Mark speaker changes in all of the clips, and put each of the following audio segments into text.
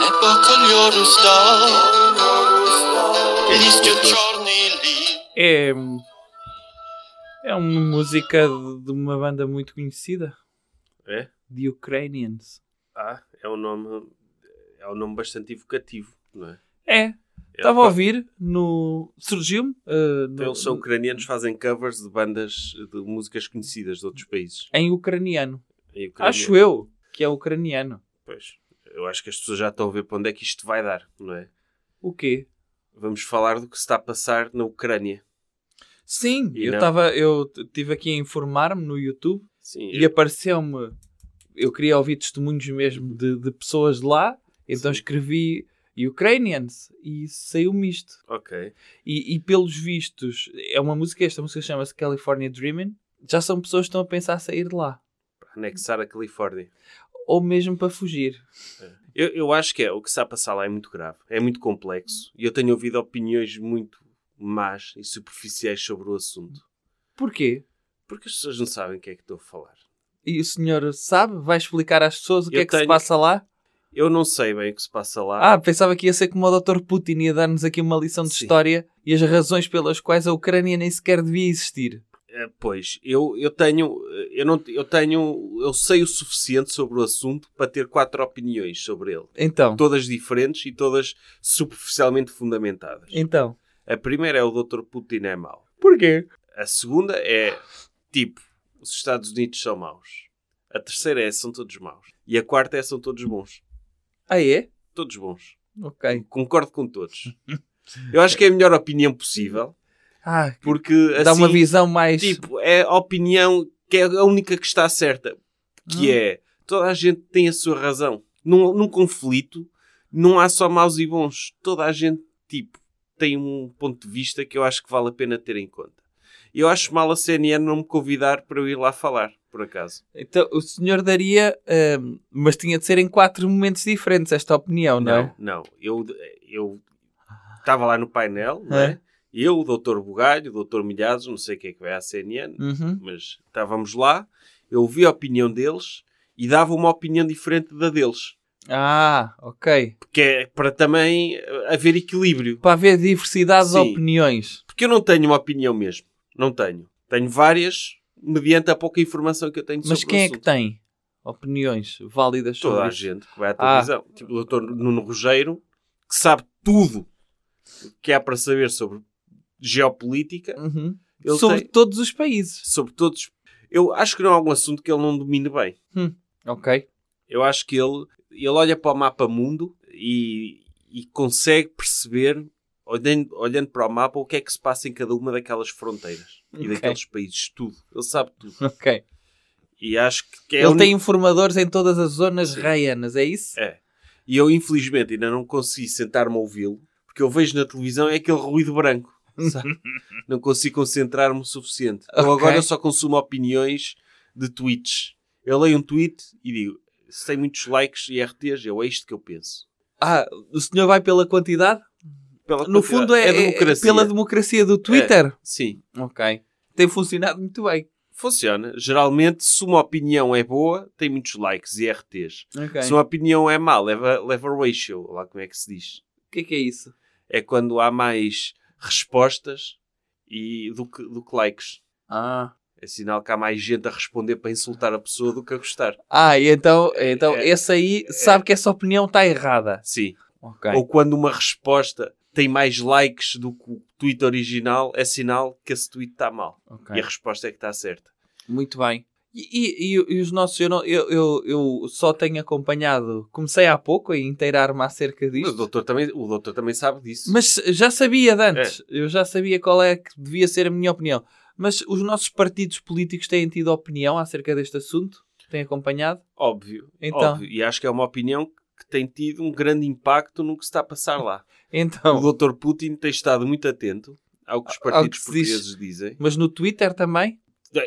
Speaker 1: Небо кольору став, лістю чорний ліс.
Speaker 2: É. É uma música de de uma banda muito conhecida,
Speaker 3: É?
Speaker 2: The Ukrainians.
Speaker 3: Ah, é um nome. É um nome bastante evocativo, não é?
Speaker 2: É,
Speaker 3: É,
Speaker 2: estava a
Speaker 3: pá,
Speaker 2: ouvir no. Surgiu-me. eh, no-
Speaker 3: então Eles são ucranianos, fazem covers de bandas de músicas conhecidas de outros países.
Speaker 2: Em ucraniano.
Speaker 3: Em Ucrânia,
Speaker 2: Acho eu que é ucraniano.
Speaker 3: Pois, eu acho que as pessoas já estão a ver para onde é que isto vai dar, não é?
Speaker 2: O quê?
Speaker 3: Vamos falar do que se está a passar na Ucrânia.
Speaker 2: Sim,
Speaker 3: E
Speaker 2: eu
Speaker 3: não?
Speaker 2: estava. Eu t- tive aqui a informar-me no YouTube
Speaker 3: Sim,
Speaker 2: e apareceu-me. Eu queria ouvir testemunhos mesmo de, de pessoas de lá, então
Speaker 3: Sim.
Speaker 2: escrevi Ukrainians e saiu-me isto.
Speaker 3: ok.
Speaker 2: E, e pelos vistos, é uma música, esta música chama-se California Dreamin'. Já são pessoas que estão a pensar sair de lá.
Speaker 3: Para anexar a Califórnia.
Speaker 2: Ou mesmo para fugir.
Speaker 3: Eu, eu acho que é, o que se está a passar lá é muito grave, é muito complexo e eu tenho ouvido opiniões muito más e superficiais sobre o assunto.
Speaker 2: Porquê?
Speaker 3: Porque as pessoas não sabem o que é que estou a falar.
Speaker 2: E o senhor sabe? Vai explicar às pessoas o que
Speaker 3: Eu
Speaker 2: é que se
Speaker 3: tenho-
Speaker 2: passa lá?
Speaker 3: Eu não sei bem o que se passa lá.
Speaker 2: Ah, pensava que ia ser como o Dr. Putin ia dar-nos aqui uma lição de
Speaker 3: Sim.
Speaker 2: história e as razões pelas quais a Ucrânia nem sequer devia existir.
Speaker 3: Eh, Pois, eu, eu tenho, eh, eu não, eu tenho, eu sei o suficiente sobre o assunto para ter quatro opiniões sobre ele,
Speaker 2: Então,
Speaker 3: todas diferentes e todas superficialmente fundamentadas.
Speaker 2: então.
Speaker 3: A primeira é o Dr. Putin é mau.
Speaker 2: Porquê?
Speaker 3: A segunda é tipo, os Estados Unidos são maus. A terceira é são todos maus. E a quarta é são todos bons.
Speaker 2: Ah, é?
Speaker 3: Todos bons.
Speaker 2: Ok.
Speaker 3: Concordo com todos. Eu acho que é a melhor opinião possível,
Speaker 2: Ah,
Speaker 3: porque
Speaker 2: dá uma
Speaker 3: assim,
Speaker 2: visão mais.
Speaker 3: Tipo, é a opinião que é a única que está certa. Que
Speaker 2: Ah.
Speaker 3: é, toda a gente tem a sua razão. Num, num conflito, não há só maus e bons. Toda a gente, tipo, tem um ponto de vista que eu acho que vale a pena ter em conta. Eu acho mal a CNN não me convidar para eu ir lá falar, por acaso.
Speaker 2: Então, o senhor daria. ahm, mas tinha de ser em quatro momentos diferentes esta opinião, não, é?
Speaker 3: Não, eu... eu Estava lá no painel, não é?
Speaker 2: É.
Speaker 3: Eu, o Dr. Bugalho, o Dr. Milhados, não sei quem é que vai à CNN,
Speaker 2: Uhum.
Speaker 3: mas estávamos lá, eu ouvi a opinião deles e dava uma opinião diferente da deles,
Speaker 2: Ah, ok.
Speaker 3: porque é para também eh, haver equilíbrio,
Speaker 2: Para haver diversidade de
Speaker 3: Sim.
Speaker 2: opiniões.
Speaker 3: porque eu não tenho uma opinião mesmo, não tenho. Tenho várias, mediante a pouca informação que eu tenho
Speaker 2: Mas
Speaker 3: sobre
Speaker 2: quem
Speaker 3: o
Speaker 2: é que
Speaker 3: assunto.
Speaker 2: tem opiniões válidas sobre
Speaker 3: Toda a
Speaker 2: isso?
Speaker 3: gente que vai à
Speaker 2: Ah.
Speaker 3: televisão, tipo o Dr. Nuno Rugeiro, que sabe tudo o que há para saber sobre geopolítica,
Speaker 2: Uhum.
Speaker 3: Ele
Speaker 2: Sobre
Speaker 3: tem-
Speaker 2: todos os países.
Speaker 3: sobre todos. Eu acho que não há algum assunto que ele não domine bem.
Speaker 2: Ok.
Speaker 3: Eu acho que ele, ele olha para o mapa mundo e, e consegue perceber, olhando, olhando para o mapa, o que é que se passa em cada uma daquelas fronteiras
Speaker 2: Ok.
Speaker 3: e daqueles países. Tudo. Ele sabe tudo.
Speaker 2: Ok.
Speaker 3: E acho que é a
Speaker 2: Ele tem
Speaker 3: única-
Speaker 2: informadores em todas as zonas reianas, é isso?
Speaker 3: É. E eu, infelizmente, ainda não consegui sentar-me a ouvi-lo, porque eu vejo na televisão é aquele ruído branco. sabe? não consigo concentrar-me o suficiente. Eu
Speaker 2: Ok.
Speaker 3: agora só consumo opiniões de tweets. Eu leio um tweet e digo: se tem muitos likes e RTs, eu é isto que eu penso.
Speaker 2: Ah, o senhor vai pela quantidade?
Speaker 3: Pela
Speaker 2: No
Speaker 3: quantidade-
Speaker 2: fundo é, é- é
Speaker 3: democracia. É.
Speaker 2: pela democracia do Twitter.
Speaker 3: Sim,
Speaker 2: Ok. Tem funcionado muito bem.
Speaker 3: funciona. Geralmente, se uma opinião é boa, tem muitos likes e RTs.
Speaker 2: Ok.
Speaker 3: Se uma opinião é má, leva, leva ratio, lá como é que se diz.
Speaker 2: O que é que é isso?
Speaker 3: É quando há mais respostas e do que, do que likes.
Speaker 2: Ah.
Speaker 3: É sinal que há mais gente a responder para insultar a pessoa do que a gostar.
Speaker 2: Ah, e então, então
Speaker 3: É-
Speaker 2: esse aí sabe que essa opinião está errada.
Speaker 3: Sim.
Speaker 2: Ok.
Speaker 3: Ou quando uma resposta tem mais likes do que o tweet original, é sinal que esse tweet está mal.
Speaker 2: ok.
Speaker 3: E a resposta é que está certa.
Speaker 2: Muito bem. E, e- e- e os nossos, eu, não- eu, eu, eu só tenho acompanhado, comecei há pouco a inteirar-me acerca
Speaker 3: Mas o
Speaker 2: disto,
Speaker 3: doutor também, o doutor também sabe disso.
Speaker 2: mas já sabia de antes, eu já sabia qual é que devia ser a minha opinião. Mas os nossos partidos políticos têm tido opinião acerca deste assunto? Têm acompanhado?
Speaker 3: Óbvio,
Speaker 2: Então.
Speaker 3: óbvio. E acho que é uma opinião que tem tido um grande impacto no que se está a passar lá.
Speaker 2: Então,
Speaker 3: O Dr. Putin tem estado muito atento ao que os
Speaker 2: Ao
Speaker 3: partidos
Speaker 2: que se diz.
Speaker 3: portugueses dizem.
Speaker 2: mas no Twitter também?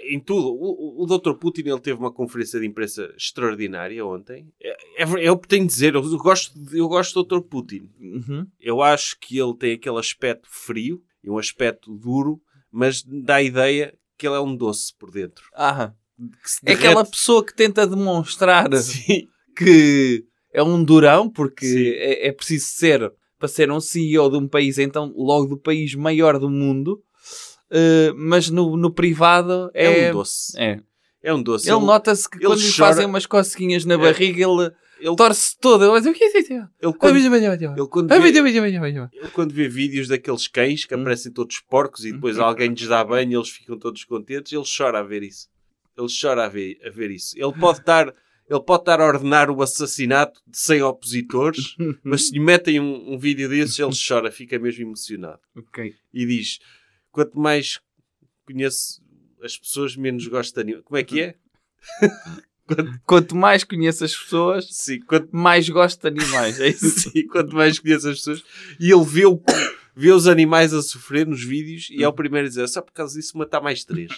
Speaker 3: Em tudo. O, o- o Dr. Putin ele teve uma conferência de imprensa extraordinária ontem. É, é ver- é o que tenho de dizer. Eu gosto, de- eu gosto do Dr. Putin.
Speaker 2: Uhum.
Speaker 3: Eu acho que ele tem aquele aspecto frio e um aspecto duro, mas dá a ideia que ele é um doce por dentro.
Speaker 2: Ah,
Speaker 3: Que se
Speaker 2: é aquela
Speaker 3: derrete.
Speaker 2: pessoa que tenta demonstrar
Speaker 3: Sim.
Speaker 2: que é um durão, porque
Speaker 3: Sim.
Speaker 2: é, é preciso ser para ser um CEO de um país, então logo do país maior do mundo, eh, mas no, no privado
Speaker 3: É,
Speaker 2: é.
Speaker 3: um doce.
Speaker 2: é.
Speaker 3: É um doce.
Speaker 2: Ele nota-se que
Speaker 3: ele
Speaker 2: quando lhe
Speaker 3: chora-
Speaker 2: fazem umas cosquinhas na
Speaker 3: É.
Speaker 2: barriga, ele
Speaker 3: Ele-
Speaker 2: torce todo. Ele vai dizer, o que é isso? aí?
Speaker 3: ele
Speaker 2: Ah,
Speaker 3: quando,
Speaker 2: veja, veja, veja, veja.
Speaker 3: ele quando
Speaker 2: Ah,
Speaker 3: vê-
Speaker 2: veja, veja, veja, veja.
Speaker 3: Eu quando vê vídeos daqueles cães que
Speaker 2: Hum.
Speaker 3: aparecem todos porcos e depois alguém lhes dá banho e eles ficam todos contentes, ele chora a ver isso. Ele chora a ver, a ver isso. Ele pode estar... Ele pode estar a ordenar o assassinato de 100 opositores, mas se lhe metem um, um vídeo desses, ele chora, fica mesmo emocionado.
Speaker 2: Ok.
Speaker 3: E diz: Quanto mais conheço as pessoas, menos gosto de animais. Como é que é?
Speaker 2: Quanto mais conheço as pessoas,
Speaker 3: Sim, quanto,
Speaker 2: mais gosto de animais. É isso.
Speaker 3: sim, quanto mais conheço as pessoas. E ele vê, o- vê os animais a sofrer nos vídeos e é o primeiro a dizer: Só por causa disso, matar mais três.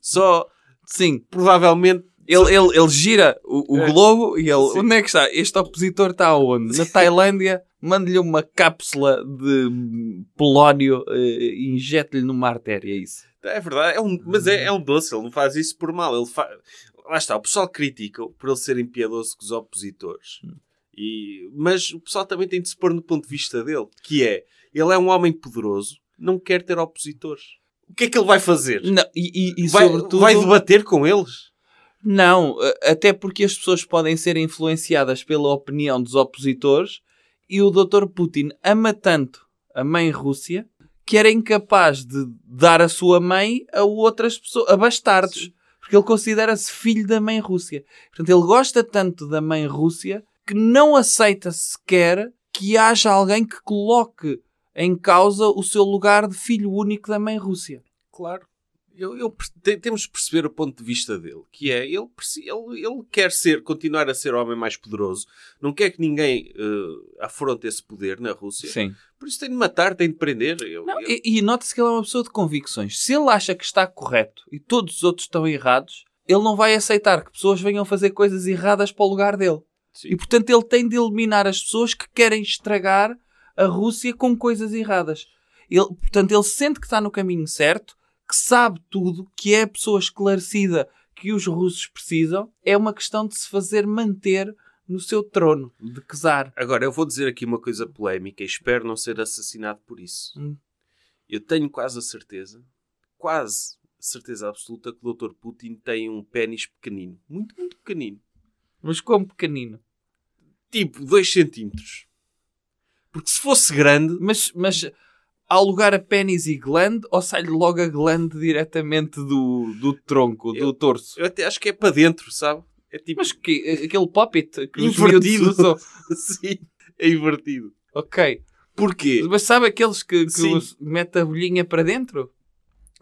Speaker 3: Só,
Speaker 2: Sim.
Speaker 3: provavelmente,
Speaker 2: Ele, ele, ele gira o, o
Speaker 3: É.
Speaker 2: globo e ele.
Speaker 3: Sim.
Speaker 2: Onde é que está? Este opositor está onde? Na Tailândia, manda-lhe uma cápsula de hum, polónio eh, e injeta-lhe numa artéria. É isso.
Speaker 3: É verdade, é um- mas é, é um doce, ele não faz isso por mal. Ele fa... Lá está, o pessoal critica por ele ser impiedoso com os opositores. E... Mas o pessoal também tem de se pôr no ponto de vista dele, que é, ele é um homem poderoso, não quer ter opositores. O que é que ele vai fazer?
Speaker 2: Não, e, e, e
Speaker 3: vai,
Speaker 2: sobretudo.
Speaker 3: vai debater com eles?
Speaker 2: Não, a- até porque as pessoas podem ser influenciadas pela opinião dos opositores e o Dr. Putin ama tanto a mãe Rússia que era incapaz de dar a sua mãe a outras pessoas, a bastardos, porque ele considera-se filho da mãe Rússia. Portanto, ele gosta tanto da mãe Rússia que não aceita sequer que haja alguém que coloque em causa o seu lugar de filho único da mãe Rússia.
Speaker 3: Claro. Eu, eu per- te- temos de perceber o ponto de vista dele, que é ele, perce- ele, ele quer ser, continuar a ser o homem mais poderoso, não quer que ninguém eh, afronte esse poder na Rússia. Por isso tem de matar, tem de prender. Eu-
Speaker 2: Não,
Speaker 3: eu-
Speaker 2: e, e nota-se que ele é uma pessoa de convicções. Se ele acha que está correto e todos os outros estão errados, ele não vai aceitar que pessoas venham fazer coisas erradas para o lugar dele.
Speaker 3: Sim.
Speaker 2: E portanto ele tem de eliminar as pessoas que querem estragar a Rússia com coisas erradas. Ele, portanto, ele sente que está no caminho certo, que sabe tudo, que é a pessoa esclarecida que os russos precisam. É uma questão de se fazer manter no seu trono, de Czar.
Speaker 3: Agora, eu vou dizer aqui uma coisa polémica e espero não ser assassinado por isso.
Speaker 2: Hum.
Speaker 3: Eu tenho quase a certeza, quase certeza absoluta, que o Dr. Putin tem um pênis pequenino. Muito, muito pequenino.
Speaker 2: Mas como pequenino.
Speaker 3: Tipo 2 centímetros. Porque se fosse grande,
Speaker 2: Mas, mas há lugar a pênis e glande ou sai-lhe logo a glande diretamente do, do tronco,
Speaker 3: Eu-
Speaker 2: do torso?
Speaker 3: eu até acho que é para dentro, sabe? É tipo
Speaker 2: Mas que, aquele poppet que os
Speaker 3: Invertido.
Speaker 2: miúdos usam.
Speaker 3: assim, é invertido.
Speaker 2: Ok.
Speaker 3: Porquê?
Speaker 2: Mas sabe aqueles que, que
Speaker 3: Sim.
Speaker 2: os- mete a bolhinha para dentro?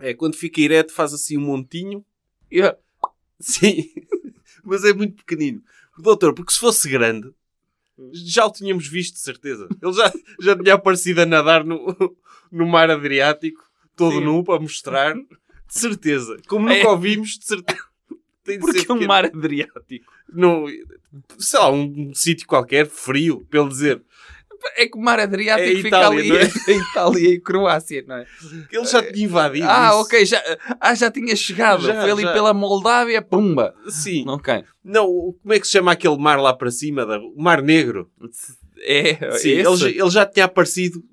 Speaker 3: É quando fica ereto, faz assim um montinho
Speaker 2: Eu-
Speaker 3: Sim, mas é muito pequenino. Doutor, porque se fosse grande, já o tínhamos visto, de certeza. Ele já, já tinha aparecido a nadar no, no mar Adriático, todo
Speaker 2: Sim.
Speaker 3: nu, para mostrar. De certeza. Como nunca
Speaker 2: É.
Speaker 3: o vimos, de certeza. Tem de
Speaker 2: Porque
Speaker 3: ser
Speaker 2: é um
Speaker 3: pequeno.
Speaker 2: mar Adriático.
Speaker 3: Não, sei lá, um sítio qualquer, frio, pelo dizer.
Speaker 2: É que o mar Adriático
Speaker 3: É
Speaker 2: fica
Speaker 3: Itália,
Speaker 2: ali
Speaker 3: não é?
Speaker 2: entre Itália e Croácia, não é?
Speaker 3: Ele já tinha invadido.
Speaker 2: ah,
Speaker 3: isso.
Speaker 2: ok. Já, ah, já tinha chegado.
Speaker 3: Já,
Speaker 2: Foi ali
Speaker 3: já.
Speaker 2: pela Moldávia, pumba.
Speaker 3: Sim. Não.
Speaker 2: Ok.
Speaker 3: o- como é que se chama aquele mar lá para cima? da- O Mar Negro.
Speaker 2: É,
Speaker 3: Sim,
Speaker 2: é
Speaker 3: ele,
Speaker 2: esse?
Speaker 3: já- ele já tinha aparecido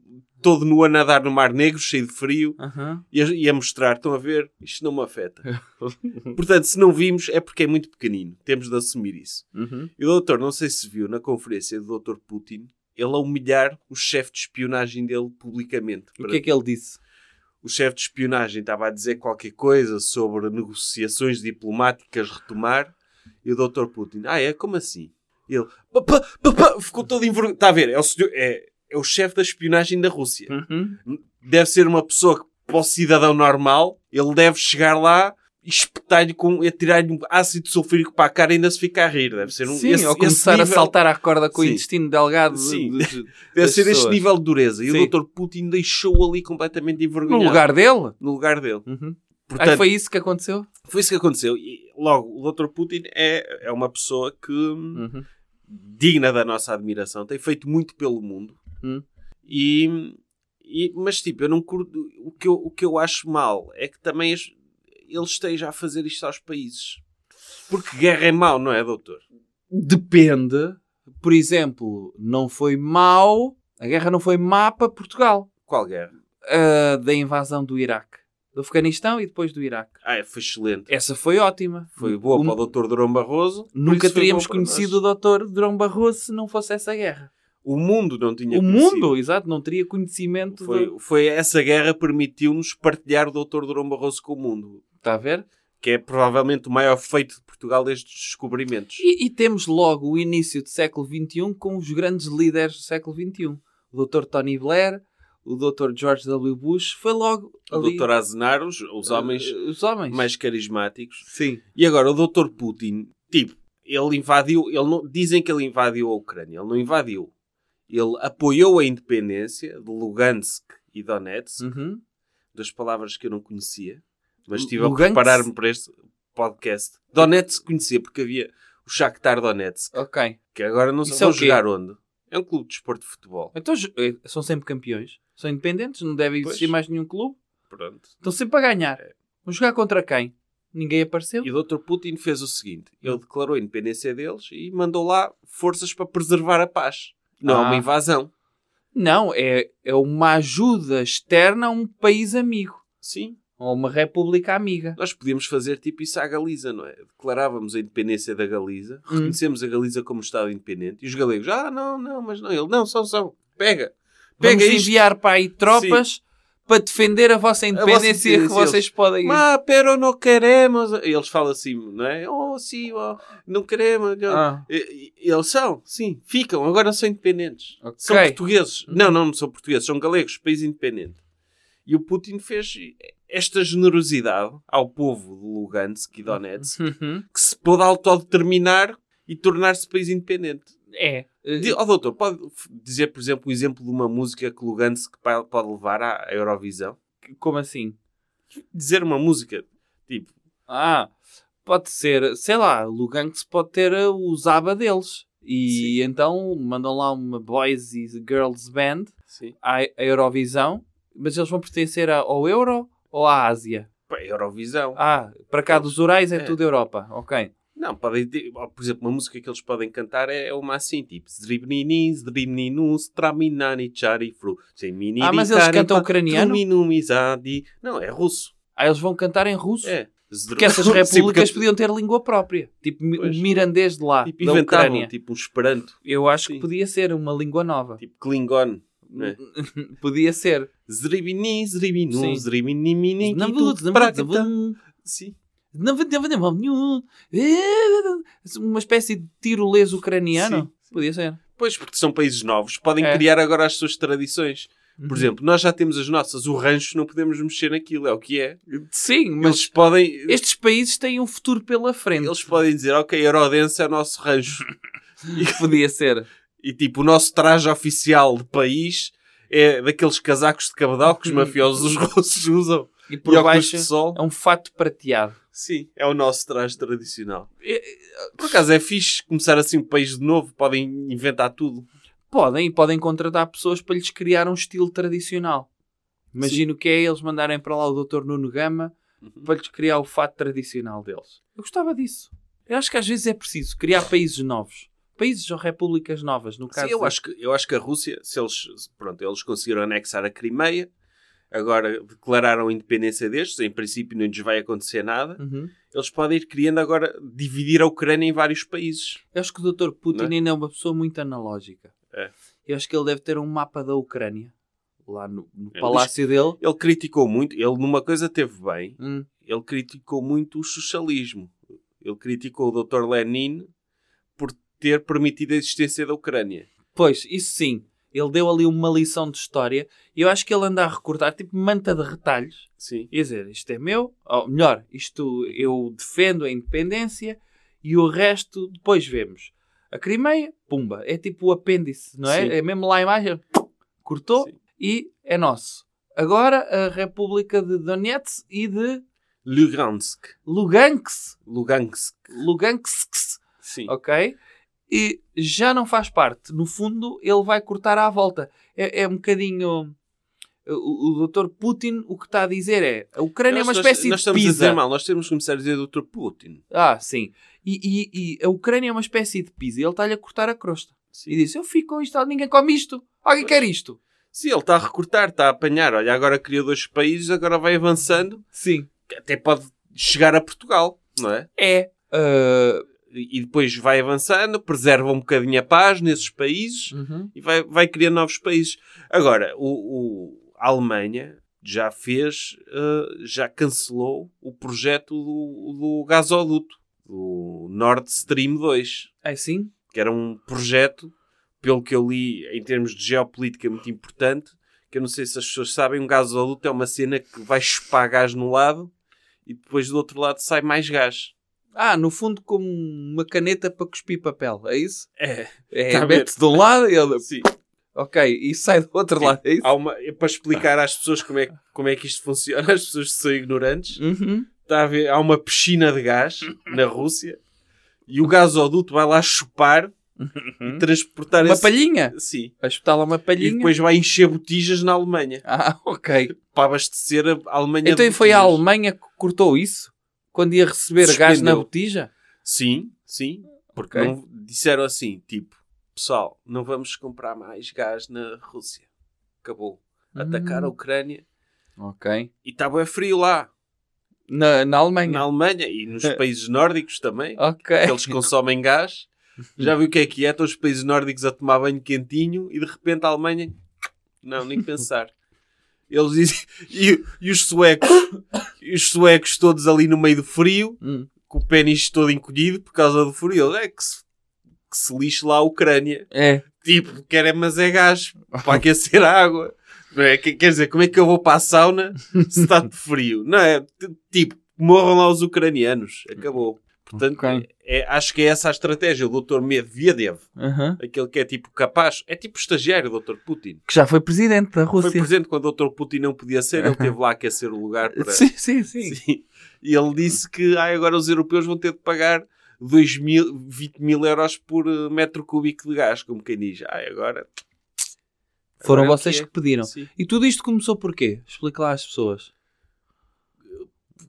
Speaker 3: todo nu a nadar no Mar Negro, cheio de frio,
Speaker 2: Aham.
Speaker 3: e a, e a mostrar: estão a ver, isto não me afeta. Portanto, se não vimos, é porque é muito pequenino. Temos de assumir isso.
Speaker 2: Uhum.
Speaker 3: E o doutor, não sei se viu na conferência do doutor Putin, ele a humilhar o chefe de espionagem dele publicamente.
Speaker 2: O que é que ele disse?
Speaker 3: O chefe de espionagem estava a dizer qualquer coisa sobre negociações diplomáticas retomar, e o doutor Putin: ah, é? Como assim? Ele "Pa, pa, pa, pa", ficou todo envergonhado. Está a ver? É o, senhor- é, é o chefe da espionagem da Rússia.
Speaker 2: Uhum.
Speaker 3: deve ser uma pessoa que, para o cidadão normal, ele deve chegar lá e espetar-lhe com, e atirar-lhe um ácido sulfúrico para a cara e ainda se fica a rir. Deve ser um
Speaker 2: Sim,
Speaker 3: esse-
Speaker 2: ou
Speaker 3: esse
Speaker 2: começar a
Speaker 3: nível-
Speaker 2: saltar à corda com o
Speaker 3: Sim.
Speaker 2: intestino delgado. de-
Speaker 3: Sim.
Speaker 2: de- de-
Speaker 3: Deve
Speaker 2: das
Speaker 3: ser este
Speaker 2: pessoas.
Speaker 3: nível de dureza. E
Speaker 2: Sim.
Speaker 3: o Dr. Putin deixou ali completamente
Speaker 2: No
Speaker 3: envergonhado.
Speaker 2: lugar dele?
Speaker 3: no lugar dele.
Speaker 2: Uhum.
Speaker 3: Portanto, foi...
Speaker 2: Ai, foi isso que aconteceu?
Speaker 3: isso que aconteceu. E logo, o Dr. Putin é, é uma pessoa que,
Speaker 2: Uhum.
Speaker 3: digna da nossa admiração, tem feito muito pelo mundo.
Speaker 2: Hum.
Speaker 3: E, e- mas tipo, eu não curto. O que eu, o que eu acho mal é que também es- ele esteja a fazer isto aos países. Porque guerra é mau, não é, doutor?
Speaker 2: Depende. Por exemplo, não foi mau, a guerra não foi má para Portugal.
Speaker 3: Qual guerra?
Speaker 2: Ah, da invasão do Iraque. Do Afeganistão e depois do Iraque.
Speaker 3: Ah, é, foi excelente.
Speaker 2: Essa foi ótima.
Speaker 3: Foi Hum, boa
Speaker 2: Um-
Speaker 3: para o doutor Durão Barroso. por
Speaker 2: Nunca
Speaker 3: isso foi
Speaker 2: teríamos
Speaker 3: boa para nós.
Speaker 2: conhecido o Dr. Durão Barroso se não fosse essa guerra.
Speaker 3: O mundo não tinha
Speaker 2: o
Speaker 3: conhecido.
Speaker 2: mundo, exato, não teria conhecimento. do-
Speaker 3: Foi, foi essa guerra permitiu-nos partilhar o doutor Durão Barroso com o mundo.
Speaker 2: Está a ver?
Speaker 3: Que é provavelmente o maior feito de Portugal desde os descobrimentos.
Speaker 2: E, e temos logo o início do século XXI com os grandes líderes do século XXI. O Dr. Tony Blair, o Dr. George W. Bush, foi logo
Speaker 3: O
Speaker 2: ali.
Speaker 3: doutor Azenar, os, os homens
Speaker 2: eh, Os homens.
Speaker 3: mais carismáticos.
Speaker 2: Sim.
Speaker 3: E agora, o doutor Putin, tipo, ele invadiu, ele não, dizem que ele invadiu a Ucrânia. Ele não invadiu. Ele apoiou a independência de Lugansk e Donetsk,
Speaker 2: Uhum.
Speaker 3: das palavras que eu não conhecia, mas
Speaker 2: Lu-
Speaker 3: estive a
Speaker 2: Lugansk?
Speaker 3: preparar-me para este podcast. Donetsk conhecia, porque havia o Shakhtar Donetsk.
Speaker 2: Ok.
Speaker 3: Que agora não sei
Speaker 2: Isso é
Speaker 3: vão
Speaker 2: o quê?
Speaker 3: jogar onde? É um clube de desporto de futebol.
Speaker 2: Então ju- eh, são sempre campeões. São independentes, não deve existir
Speaker 3: Pois.
Speaker 2: mais nenhum clube.
Speaker 3: Pronto.
Speaker 2: Estão sempre a ganhar. Vão jogar contra quem? Ninguém apareceu.
Speaker 3: E o Dr. Putin fez o seguinte: ele declarou a independência deles e mandou lá forças para preservar a paz. Não é
Speaker 2: Ah.
Speaker 3: uma invasão.
Speaker 2: Não, é, é uma ajuda externa a um país amigo.
Speaker 3: Sim.
Speaker 2: Ou uma república amiga.
Speaker 3: Nós podíamos fazer tipo isso à Galiza, não é? Declarávamos a independência da Galiza,
Speaker 2: Hum.
Speaker 3: reconhecemos a Galiza como Estado independente e os galegos, ah, não, não, mas não, ele, não, são, são. Pega. Pega
Speaker 2: Vamos
Speaker 3: isto.
Speaker 2: enviar para aí tropas para defender a vossa independência que
Speaker 3: independência,
Speaker 2: vocês podem.
Speaker 3: Mas, "Ah, pero não queremos. E Eles falam assim, não é? Oh, sim, oh, não queremos. não."
Speaker 2: Ah,
Speaker 3: E- e- Eles são, sim, ficam, agora são independentes.
Speaker 2: Ok.
Speaker 3: São portugueses. Não, não, não são portugueses, são galegos, país independente. E o Putin fez esta generosidade ao povo de Lugansk e Donetsk
Speaker 2: uhum.
Speaker 3: que se pôde autodeterminar e tornar-se país independente.
Speaker 2: É.
Speaker 3: Di- Ó doutor, pode f- dizer, por exemplo, o exemplo de uma música que Lugansk pa- pode levar à à Eurovisão?
Speaker 2: Como assim?
Speaker 3: Dizer uma música, tipo,
Speaker 2: Ah, pode ser, sei lá, Lugansk pode ter uh, o Zaba deles. E então mandam lá uma boys e girls band
Speaker 3: sim.
Speaker 2: à à Eurovisão, mas eles vão pertencer a- ao Euro ou à Ásia?
Speaker 3: Pá, Eurovisão.
Speaker 2: Ah, para cá dos Urais é,
Speaker 3: É.
Speaker 2: tudo Europa, ok.
Speaker 3: Não, podem ter, ó, por exemplo, uma música que eles podem cantar é uma assim, tipo Zdribninin, Zdribninu, Straminani, Charifru.
Speaker 2: Ah, mas eles cantam ucraniano?
Speaker 3: Truminumizadi. Não, é russo.
Speaker 2: Ah, eles vão cantar em russo.
Speaker 3: É. Zdr-
Speaker 2: Porque essas
Speaker 3: Sim,
Speaker 2: repúblicas
Speaker 3: porque
Speaker 2: podiam ter língua própria, tipo mi-
Speaker 3: Pois.
Speaker 2: mirandês de lá,
Speaker 3: tipo,
Speaker 2: da Ucrânia.
Speaker 3: inventavam, tipo um esperanto,
Speaker 2: Eu acho que
Speaker 3: Sim.
Speaker 2: podia ser uma língua nova.
Speaker 3: tipo Klingon. né?
Speaker 2: Podia ser.
Speaker 3: Zdribini,
Speaker 2: Sim.
Speaker 3: Zdribinu, Zdribinimini,
Speaker 2: Não vou- não vou- não vou-
Speaker 3: Sim.
Speaker 2: não vou- não vou- não vou- não vou- É Uma espécie de tirolês ucraniano.
Speaker 3: Sim,
Speaker 2: Podia ser.
Speaker 3: Pois, porque são países novos, podem
Speaker 2: É.
Speaker 3: criar agora as suas tradições.
Speaker 2: Uhum.
Speaker 3: Por exemplo, nós já temos as nossas, o rancho não podemos mexer naquilo, é o que é.
Speaker 2: Sim,
Speaker 3: Mas
Speaker 2: mas
Speaker 3: Eles podem...
Speaker 2: estes países têm um futuro pela frente.
Speaker 3: Eles podem dizer, ok, Herodense é o nosso rancho.
Speaker 2: Podia ser.
Speaker 3: E tipo, o nosso traje oficial de país é daqueles casacos de cabedal que os mafiosos russos usam.
Speaker 2: E
Speaker 3: Por
Speaker 2: por
Speaker 3: e óculos
Speaker 2: baixo
Speaker 3: de sol.
Speaker 2: é um fato prateado.
Speaker 3: Sim, é o nosso traje tradicional. Por acaso é fixe começar assim um país de novo, podem inventar tudo.
Speaker 2: Podem, e podem contratar pessoas para lhes criar um estilo tradicional. Imagino que é eles mandarem para lá o Dr. Nuno Gama para lhes criar o fato tradicional deles. Eu gostava disso. Eu acho que às vezes é preciso criar países novos. Países ou repúblicas novas, no caso.
Speaker 3: Sim, eu,
Speaker 2: da-
Speaker 3: acho que, eu acho que a Rússia, se eles, pronto, eles conseguiram anexar a Crimeia, agora declararam a independência destes, em princípio não lhes vai acontecer nada.
Speaker 2: Uhum.
Speaker 3: Eles podem ir criando agora, dividir a Ucrânia em vários países.
Speaker 2: Eu acho que o Dr. Putin
Speaker 3: Não é?
Speaker 2: ainda é uma pessoa muito analógica.
Speaker 3: É.
Speaker 2: Eu acho que ele deve ter um mapa da Ucrânia lá no, no
Speaker 3: Ele
Speaker 2: palácio dele.
Speaker 3: Ele criticou muito, ele numa coisa teve bem,
Speaker 2: Hum,
Speaker 3: ele criticou muito o socialismo. Ele criticou o Dr. Lenin por ter permitido a existência da Ucrânia.
Speaker 2: Pois, isso sim. Ele deu ali uma lição de história e eu acho que ele anda a recortar tipo manta de retalhos
Speaker 3: Sim.
Speaker 2: e dizer isto é meu, ou melhor, isto eu defendo a independência e o resto depois vemos. A Crimeia, pumba, é tipo o apêndice, não é?
Speaker 3: Sim.
Speaker 2: É mesmo lá a imagem, cortou
Speaker 3: Sim.
Speaker 2: e é nosso. Agora a República de Donetsk e de
Speaker 3: Lugansk.
Speaker 2: Lugansk,
Speaker 3: Lugansk.
Speaker 2: Lugansk,
Speaker 3: Sim.
Speaker 2: ok? E já não faz parte. No fundo, ele vai cortar à volta. É, é um bocadinho. O, o Dr. Putin o que está a dizer é a Ucrânia é uma
Speaker 3: Nós- nós,
Speaker 2: espécie de
Speaker 3: Nós estamos a dizer
Speaker 2: pizza.
Speaker 3: mal. Nós temos que começar a dizer Dr. Putin.
Speaker 2: Ah, sim. E, e- e a Ucrânia é uma espécie de pizza. E ele está-lhe a cortar a crosta.
Speaker 3: Sim.
Speaker 2: E diz: Eu fico com isto, ninguém come isto. Alguém quer isto.
Speaker 3: Sim, ele está a recortar, está a apanhar. Olha, agora criou dois países, agora vai avançando.
Speaker 2: Sim.
Speaker 3: Até pode chegar a Portugal, não é?
Speaker 2: É. Ah,
Speaker 3: E e depois vai avançando, preserva um bocadinho a paz nesses países
Speaker 2: uhum.
Speaker 3: e vai, vai criar novos países. Agora, o, o- a Alemanha já fez, eh, já cancelou o projeto do, do gasoduto, do Nord Stream 2,
Speaker 2: É sim?
Speaker 3: que era um projeto, pelo que eu li, em termos de geopolítica, muito importante. Que eu não sei se as pessoas sabem, um gasoduto é uma cena que vai chupar gás num lado e depois do outro lado sai mais gás.
Speaker 2: Ah, no fundo, como uma caneta para cuspir papel. É isso?
Speaker 3: É,
Speaker 2: É,
Speaker 3: Tá a ver.
Speaker 2: mete-se de um lado e ele.
Speaker 3: sim.
Speaker 2: Ok, e sai do outro lado. É isso?
Speaker 3: Há uma- é para explicar às pessoas como é, como é que isto funciona, as pessoas que são ignorantes,
Speaker 2: Uhum.
Speaker 3: está a ver, há uma piscina de gás na Rússia e o gasoduto vai lá chupar e transportar
Speaker 2: Uhum. Uma
Speaker 3: esse...
Speaker 2: palhinha?
Speaker 3: Sim.
Speaker 2: A espetar lá uma palhinha?
Speaker 3: E depois vai encher botijas na Alemanha
Speaker 2: Ah, ok.
Speaker 3: para abastecer a Alemanha.
Speaker 2: Então
Speaker 3: de
Speaker 2: foi a
Speaker 3: botijas.
Speaker 2: Alemanha que cortou isso? Quando ia receber gás na
Speaker 3: Suspendeu.
Speaker 2: botija?
Speaker 3: Sim, sim.
Speaker 2: Porque
Speaker 3: Não- disseram assim, tipo, pessoal, não vamos comprar mais gás na Rússia. Acabou. Atacar a Ucrânia
Speaker 2: Hum, Ok.
Speaker 3: e estava frio lá.
Speaker 2: Na, na Alemanha?
Speaker 3: Na Alemanha e nos países nórdicos também.
Speaker 2: Ok.
Speaker 3: que eles consomem gás. Já viu o que é que é? Estão os países nórdicos a tomar banho quentinho e de repente a Alemanha. Não, nem pensar. Eles dizem. E, e os suecos? E os suecos todos ali no meio do frio,
Speaker 2: Hum,
Speaker 3: com o pênis todo encolhido por causa do frio. Eles, É que se, que se lixe lá a Ucrânia.
Speaker 2: É.
Speaker 3: Tipo, querem, mas é gás para aquecer a água. Não é? Que- Quer dizer, como é que eu vou para a sauna se está de frio? Não é? T- Tipo, morram lá os ucranianos. Acabou. Portanto,
Speaker 2: Ok.
Speaker 3: é- acho que é essa a estratégia. O Dr. Medvedev,
Speaker 2: Aham.
Speaker 3: aquele que é tipo capaz, é tipo estagiário do Dr. Putin.
Speaker 2: Que já foi presidente da
Speaker 3: Foi
Speaker 2: Rússia.
Speaker 3: presente quando o Dr. Putin não podia ser, ele teve lá a aquecer o lugar para.
Speaker 2: Sim, sim, sim.
Speaker 3: Sim. E ele disse que "Ai, agora os europeus vão ter de pagar 2 mil, 20 mil euros por eh, metro cúbico de gás, como quem diz. Ai, agora.
Speaker 2: Foram
Speaker 3: agora é o
Speaker 2: vocês
Speaker 3: que
Speaker 2: que,
Speaker 3: é.
Speaker 2: pediram.
Speaker 3: Sim.
Speaker 2: E tudo isto começou porquê? Explica lá às pessoas.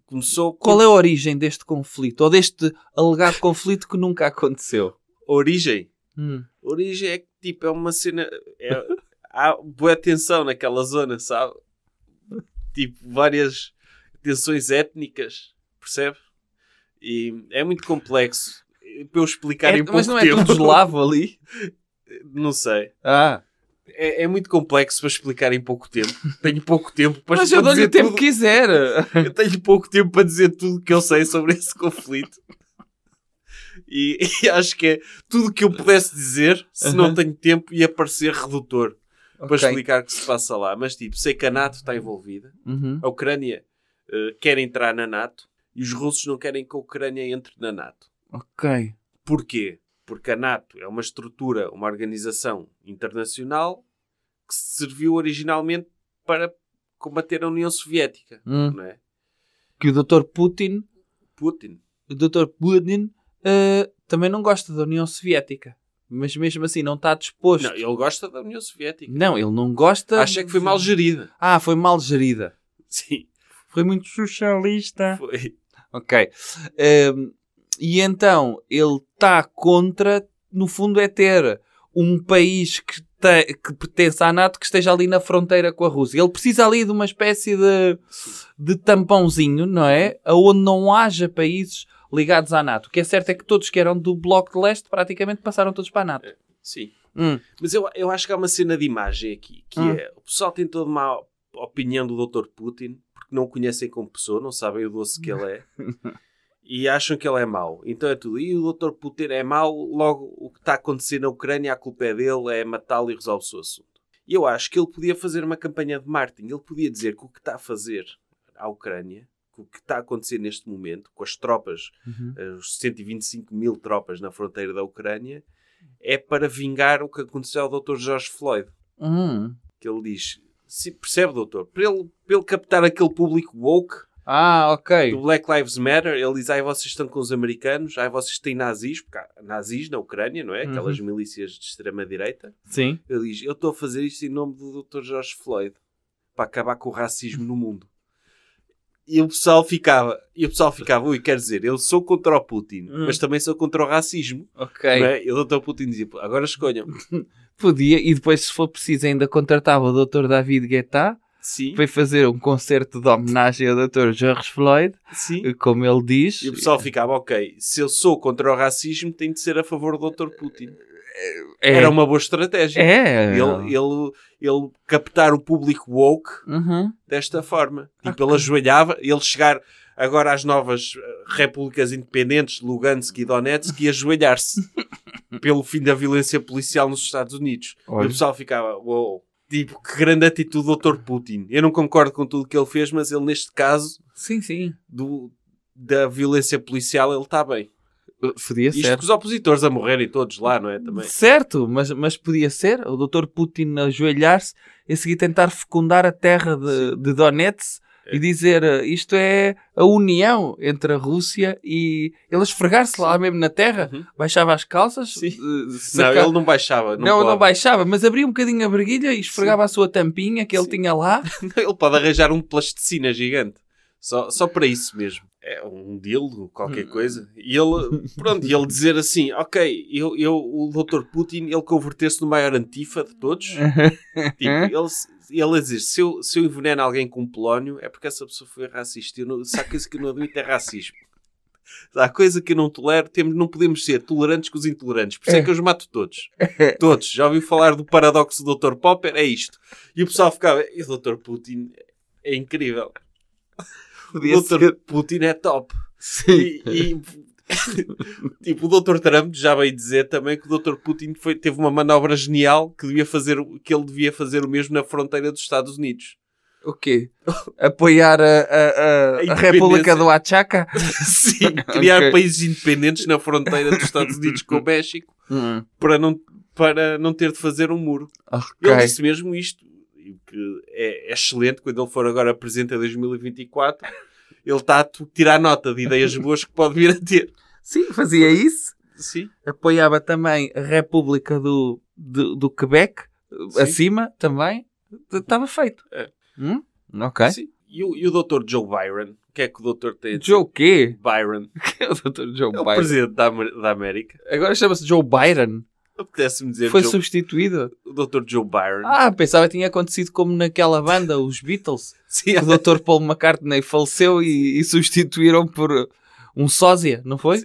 Speaker 3: Começou com
Speaker 2: Qual é a origem deste conflito? Ou deste alegado conflito que nunca aconteceu?
Speaker 3: a origem.
Speaker 2: Hum.
Speaker 3: A origem é que tipo, é uma cena. é- há boa tensão naquela zona, sabe? Tipo, várias tensões étnicas, percebe? E é muito complexo. E Para eu explicar
Speaker 2: É-
Speaker 3: em pouco
Speaker 2: mas não é
Speaker 3: tempo.
Speaker 2: tudo eslavo ali?
Speaker 3: Não sei.
Speaker 2: Ah.
Speaker 3: É, é muito complexo para explicar em pouco tempo. Tenho pouco tempo para,
Speaker 2: Mas
Speaker 3: para
Speaker 2: eu dou-lhe
Speaker 3: dizer
Speaker 2: o tempo
Speaker 3: tudo.
Speaker 2: que quiser.
Speaker 3: Eu tenho pouco tempo para dizer tudo que eu sei sobre esse conflito. E, e acho que é tudo que eu pudesse dizer, se não
Speaker 2: Aham.
Speaker 3: tenho tempo, ia parecer redutor para
Speaker 2: Ok.
Speaker 3: explicar o que se passa lá. Mas tipo, sei que a NATO está envolvida,
Speaker 2: Uhum.
Speaker 3: a Ucrânia eh, quer entrar na NATO e os russos não querem que a Ucrânia entre na NATO.
Speaker 2: Ok.
Speaker 3: Porquê? Porque a NATO é uma estrutura, uma organização internacional que serviu originalmente para combater a União Soviética,
Speaker 2: Hum.
Speaker 3: não é?
Speaker 2: Que o Dr. Putin,
Speaker 3: Putin.
Speaker 2: o Dr. Putin eh, também não gosta da União Soviética. Mas mesmo assim não está disposto.
Speaker 3: Não, ele gosta da União Soviética.
Speaker 2: Não, ele não gosta.
Speaker 3: Acha que foi mal gerida.
Speaker 2: Ah, foi mal gerida.
Speaker 3: Sim,
Speaker 2: Foi muito socialista.
Speaker 3: foi.
Speaker 2: Ok. Ehm, e então ele está contra, no fundo, é ter um país que, te- que pertence à NATO que esteja ali na fronteira com a Rússia. Ele precisa ali de uma espécie de. de tampãozinho, não é? Aonde não haja países ligados à NATO. O que é certo é que todos que eram do Bloco de Leste praticamente passaram todos para a NATO.
Speaker 3: É. Sim.
Speaker 2: Hum.
Speaker 3: Mas eu, eu acho que há uma cena de imagem aqui, que
Speaker 2: Hum.
Speaker 3: é... O pessoal tem toda uma opinião do Dr. Putin, porque não o conhecem como pessoa, não sabem o doce que ele é. e acham que ele é mau. Então é tudo. E o Dr. Putin é mau, logo o que está a acontecer na Ucrânia, a culpa é dele, é matá-lo e resolve o seu assunto. E eu acho que ele podia fazer uma campanha de marketing. Ele podia dizer que o que está a fazer à Ucrânia, que o que está a acontecer neste momento, com as tropas,
Speaker 2: Uhum.
Speaker 3: eh, os 125 mil tropas na fronteira da Ucrânia, é para vingar o que aconteceu ao Dr. George Floyd.
Speaker 2: Hum.
Speaker 3: Que ele diz, "Se- percebe, doutor, para ele, para ele captar aquele público woke,
Speaker 2: Ah, ok.
Speaker 3: do Black Lives Matter, ele diz, ai vocês estão com os americanos, ai vocês têm nazis, porque há nazis na Ucrânia, não é? Aquelas milícias de extrema-direita.
Speaker 2: Sim.
Speaker 3: Ele diz, eu estou a fazer isto em nome do Dr. George Floyd, para acabar com o racismo no mundo. E o pessoal ficava, e o pessoal ficava, ui, quer dizer, eu sou contra o Putin,
Speaker 2: Hum.
Speaker 3: mas também sou contra o racismo.
Speaker 2: Ok.
Speaker 3: não é? E o Dr. Putin dizia, "Pô, agora escolham.
Speaker 2: Podia, e depois, se for preciso, ainda contratava o Dr. David Guetta
Speaker 3: Sim,
Speaker 2: para fazer um concerto de homenagem ao Dr. George Floyd,
Speaker 3: sim.
Speaker 2: como ele diz.
Speaker 3: E o pessoal ficava, ok, se eu sou contra o racismo, tenho de ser a favor do Dr. Putin.
Speaker 2: é,
Speaker 3: Era uma boa estratégia.
Speaker 2: é.
Speaker 3: ele, ele, ele captar o público woke
Speaker 2: Uhum.
Speaker 3: desta forma. Tipo, ele ajoelhava, ele chegar agora às novas eh, repúblicas independentes, Lugansk e Donetsk, e ajoelhar-se pelo fim da violência policial nos Estados Unidos.
Speaker 2: Olha.
Speaker 3: E o pessoal ficava, uou, tipo, que grande atitude do Dr. Putin. Eu não concordo com tudo que ele fez, mas ele, neste caso
Speaker 2: Sim, sim.
Speaker 3: do, da violência policial, ele está bem.
Speaker 2: Podia
Speaker 3: Isto
Speaker 2: ser.
Speaker 3: com os opositores a morrerem todos lá, não é? Também.
Speaker 2: Certo, mas, mas podia ser o Dr. Putin ajoelhar-se e a seguir tentar fecundar a terra de, de Donetsk
Speaker 3: É.
Speaker 2: e dizer eh, isto é a união entre a Rússia e ele esfregar-se lá mesmo na terra,
Speaker 3: Uhum.
Speaker 2: baixava as calças,
Speaker 3: Sim.
Speaker 2: eh,
Speaker 3: Não,
Speaker 2: saca-
Speaker 3: ele não baixava. Não,
Speaker 2: Não, não,
Speaker 3: pode.
Speaker 2: baixava, mas abria um bocadinho a briguilha e esfregava a sua tampinha que ele tinha lá.
Speaker 3: Ele pode arranjar um de plasticina gigante. Só, só para isso mesmo. É um dildo, qualquer coisa. E ele, pronto, e ele dizer assim: Ok, eu, eu, o Dr. Putin, ele converter-se no maior antifa de todos. Tipo, ele, se- ele a dizer: se eu, se eu enveneno alguém com polónio, é porque essa pessoa foi racista. Eu não, se há coisa que eu não admito é racismo. Se há coisa que eu não tolero, temos, não podemos ser tolerantes com os intolerantes. Por isso é que eu os mato todos. Todos. Já ouviu falar do paradoxo do Dr. Popper? É isto. E o pessoal ficava: "E o Dr. Putin é incrível.
Speaker 2: Podia
Speaker 3: o Dr. Putin é top.
Speaker 2: Sim.
Speaker 3: E, e- tipo, o Dr. Trump já veio dizer também que o Dr. Putin foi- teve uma manobra genial que, devia fazer, o- que ele devia fazer o mesmo na fronteira dos Estados Unidos.
Speaker 2: O quê? Apoiar a, a- a-
Speaker 3: A
Speaker 2: a República
Speaker 3: independência.
Speaker 2: do Achaca?
Speaker 3: Sim, criar
Speaker 2: Ok.
Speaker 3: países independentes na fronteira dos Estados Unidos com o México
Speaker 2: Hum,
Speaker 3: para não, para não ter de fazer um muro.
Speaker 2: ok.
Speaker 3: Ele disse mesmo isto, e o que é, é excelente quando ele for agora presidente em 2024. Ele está a t- tirar nota de ideias boas que pode vir a ter.
Speaker 2: Sim, fazia isso.
Speaker 3: Sim.
Speaker 2: Apoiava também a República do, do, do Quebec,
Speaker 3: Sim.
Speaker 2: acima também. Estava feito.
Speaker 3: É.
Speaker 2: Hum? Ok.
Speaker 3: Sim. E, o, e o Dr. Joe Byron? O que é que o Dr. tem? a dizer?
Speaker 2: Joe quê?
Speaker 3: Byron.
Speaker 2: O Dr. Joe
Speaker 3: É o
Speaker 2: Biden.
Speaker 3: presidente da, Amer- da América.
Speaker 2: Agora chama-se Joe Biden.
Speaker 3: Apetece-me dizer
Speaker 2: Foi
Speaker 3: Joe-
Speaker 2: substituído.
Speaker 3: o Dr. Joe Byron.
Speaker 2: Ah, pensava que tinha acontecido como naquela banda, os Beatles.
Speaker 3: Sim, é
Speaker 2: que o Dr. Paul McCartney faleceu e, e substituíram por um sósia, não foi?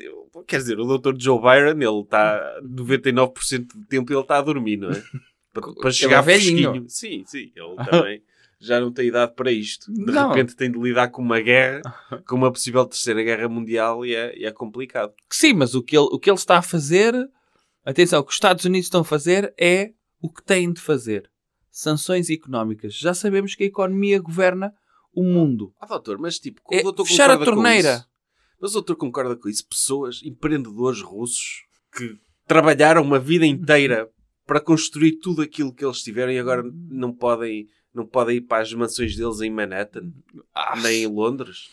Speaker 3: Quer dizer, o Dr. Joe Byron, ele tá está 99% do tempo ele está a dormir, não é? Para, para
Speaker 2: Ele
Speaker 3: chegar
Speaker 2: é velhinho.
Speaker 3: fresquinho. Sim, sim, ele também já não tem idade para isto. De
Speaker 2: Não.
Speaker 3: repente tem de lidar com uma guerra, com uma possível terceira guerra mundial e é, e é complicado.
Speaker 2: Sim, mas o que, ele, o que ele está a fazer, atenção, o que os Estados Unidos estão a fazer é o que têm de fazer. Sanções económicas. Já sabemos que a economia governa o mundo.
Speaker 3: Ah, doutor, mas tipo,
Speaker 2: É,
Speaker 3: o doutor
Speaker 2: fechar a
Speaker 3: concorda com
Speaker 2: torneira.
Speaker 3: isso? Mas o doutor concorda com isso? Pessoas, empreendedores russos que trabalharam uma vida inteira para construir tudo aquilo que eles tiveram e agora não podem, não podem ir para as mansões deles em Manhattan.
Speaker 2: Ah,
Speaker 3: nem em Londres.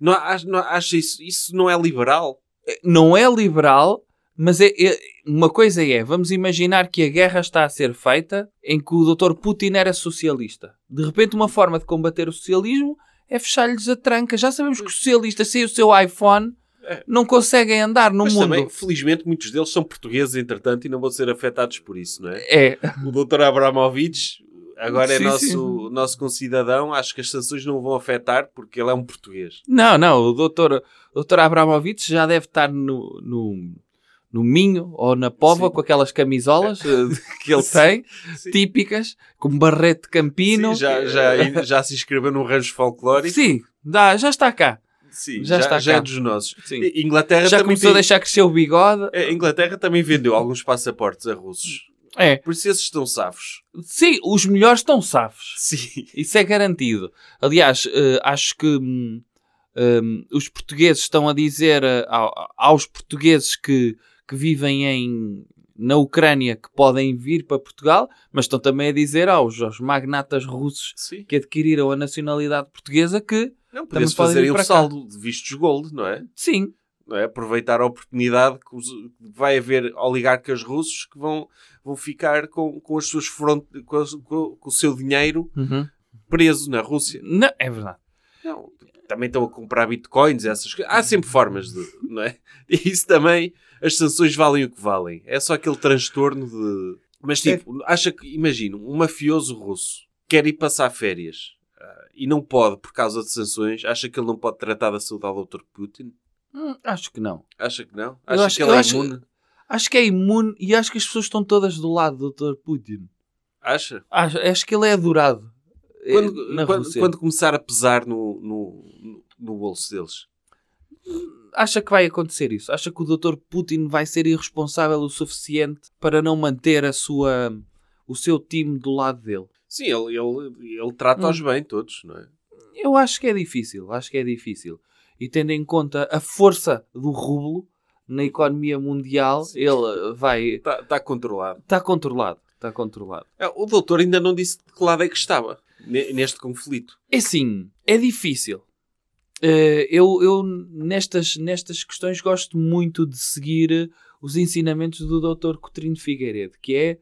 Speaker 3: Não, acho, não, acho isso, isso não é liberal.
Speaker 2: Não é liberal, mas é, é- uma coisa é, vamos imaginar que a guerra está a ser feita em que o Dr. Putin era socialista. De repente, uma forma de combater o socialismo é fechar-lhes a tranca. Já sabemos que os socialistas, sem o seu iPhone, não conseguem andar no
Speaker 3: É. Mas
Speaker 2: mundo.
Speaker 3: também, felizmente, muitos deles são portugueses, entretanto, e não vão ser afetados por isso, não é?
Speaker 2: É,
Speaker 3: O doutor Abramovich agora é
Speaker 2: Sim,
Speaker 3: nosso, nosso concidadão. Acho que as sanções não o vão afetar porque ele é um português.
Speaker 2: Não, não, o doutor, o doutor Abramovich já deve estar no, no, no Minho ou na
Speaker 3: Sim.
Speaker 2: Pova
Speaker 3: É.
Speaker 2: com aquelas camisolas eh, que ele
Speaker 3: Sim,
Speaker 2: tem,
Speaker 3: sim.
Speaker 2: típicas, com barrete de campino.
Speaker 3: Sim, já, é já, já se inscreveu num rancho folclórico.
Speaker 2: Sim, dá, já está cá.
Speaker 3: Sim,
Speaker 2: já
Speaker 3: já,
Speaker 2: está
Speaker 3: já
Speaker 2: cá.
Speaker 3: é dos nossos.
Speaker 2: Sim.
Speaker 3: E- Inglaterra
Speaker 2: já
Speaker 3: também
Speaker 2: começou a
Speaker 3: tem- É,
Speaker 2: deixar crescer o bigode.
Speaker 3: A Inglaterra também vendeu alguns passaportes a russos.
Speaker 2: É.
Speaker 3: Por isso esses estão safos.
Speaker 2: Sim, os melhores estão safos.
Speaker 3: Sim.
Speaker 2: Isso é garantido. Aliás, eh, acho que hum, hum, os portugueses estão a dizer eh, ao- aos portugueses que, que vivem em, na Ucrânia que podem vir para Portugal, mas estão também a dizer aos, aos magnatas russos
Speaker 3: Sim.
Speaker 2: que adquiriram a nacionalidade portuguesa que,
Speaker 3: Não, podia-se
Speaker 2: podem
Speaker 3: fazer
Speaker 2: ir
Speaker 3: um
Speaker 2: para cá.
Speaker 3: saldo de vistos gold, não é?
Speaker 2: sim,
Speaker 3: não é? Aproveitar a oportunidade que os- que vai haver oligarcas russos que vão, vão ficar com, com, as suas front, com, as- com- com o seu dinheiro preso na Rússia.
Speaker 2: não, é verdade.
Speaker 3: Não, também estão a comprar bitcoins, essas coisas. Há sempre formas de, não é? E isso também, as sanções valem o que valem. É só aquele transtorno de. Mas
Speaker 2: É.
Speaker 3: tipo, acha que, imagina, um mafioso russo quer ir passar férias ah, e não pode por causa de sanções, acha que ele não pode tratar da saúde ao Dr. Putin?
Speaker 2: Hum, acho que não.
Speaker 3: Acha que não?
Speaker 2: Eu
Speaker 3: Acha
Speaker 2: acho-
Speaker 3: que
Speaker 2: eu
Speaker 3: ele é
Speaker 2: acho-
Speaker 3: imune?
Speaker 2: Acho que é imune e acho que as pessoas estão todas do lado do Dr. Putin.
Speaker 3: Acha?
Speaker 2: Acho, acho que ele é adorado eh,
Speaker 3: Quando,
Speaker 2: na
Speaker 3: quando,
Speaker 2: Rússia.
Speaker 3: quando começar a pesar no, no, no- no bolso deles?
Speaker 2: Acha que vai acontecer isso? Acha que o Dr. Putin vai ser irresponsável o suficiente para não manter a sua, o seu time do lado dele?
Speaker 3: Sim, ele, ele, ele
Speaker 2: Hum.
Speaker 3: trata-os bem todos, não é?
Speaker 2: Eu acho que é difícil, acho que é difícil. E tendo em conta a força do rublo na economia mundial, ele vai...
Speaker 3: Está tá controlado.
Speaker 2: Está controlado, está controlado.
Speaker 3: É, O doutor ainda não disse de que lado é que estava ne- neste conflito.
Speaker 2: É assim, é difícil. Eh, eu eu nestas, nestas questões gosto muito de seguir eh, os ensinamentos do Dr. Cotrino Figueiredo, que é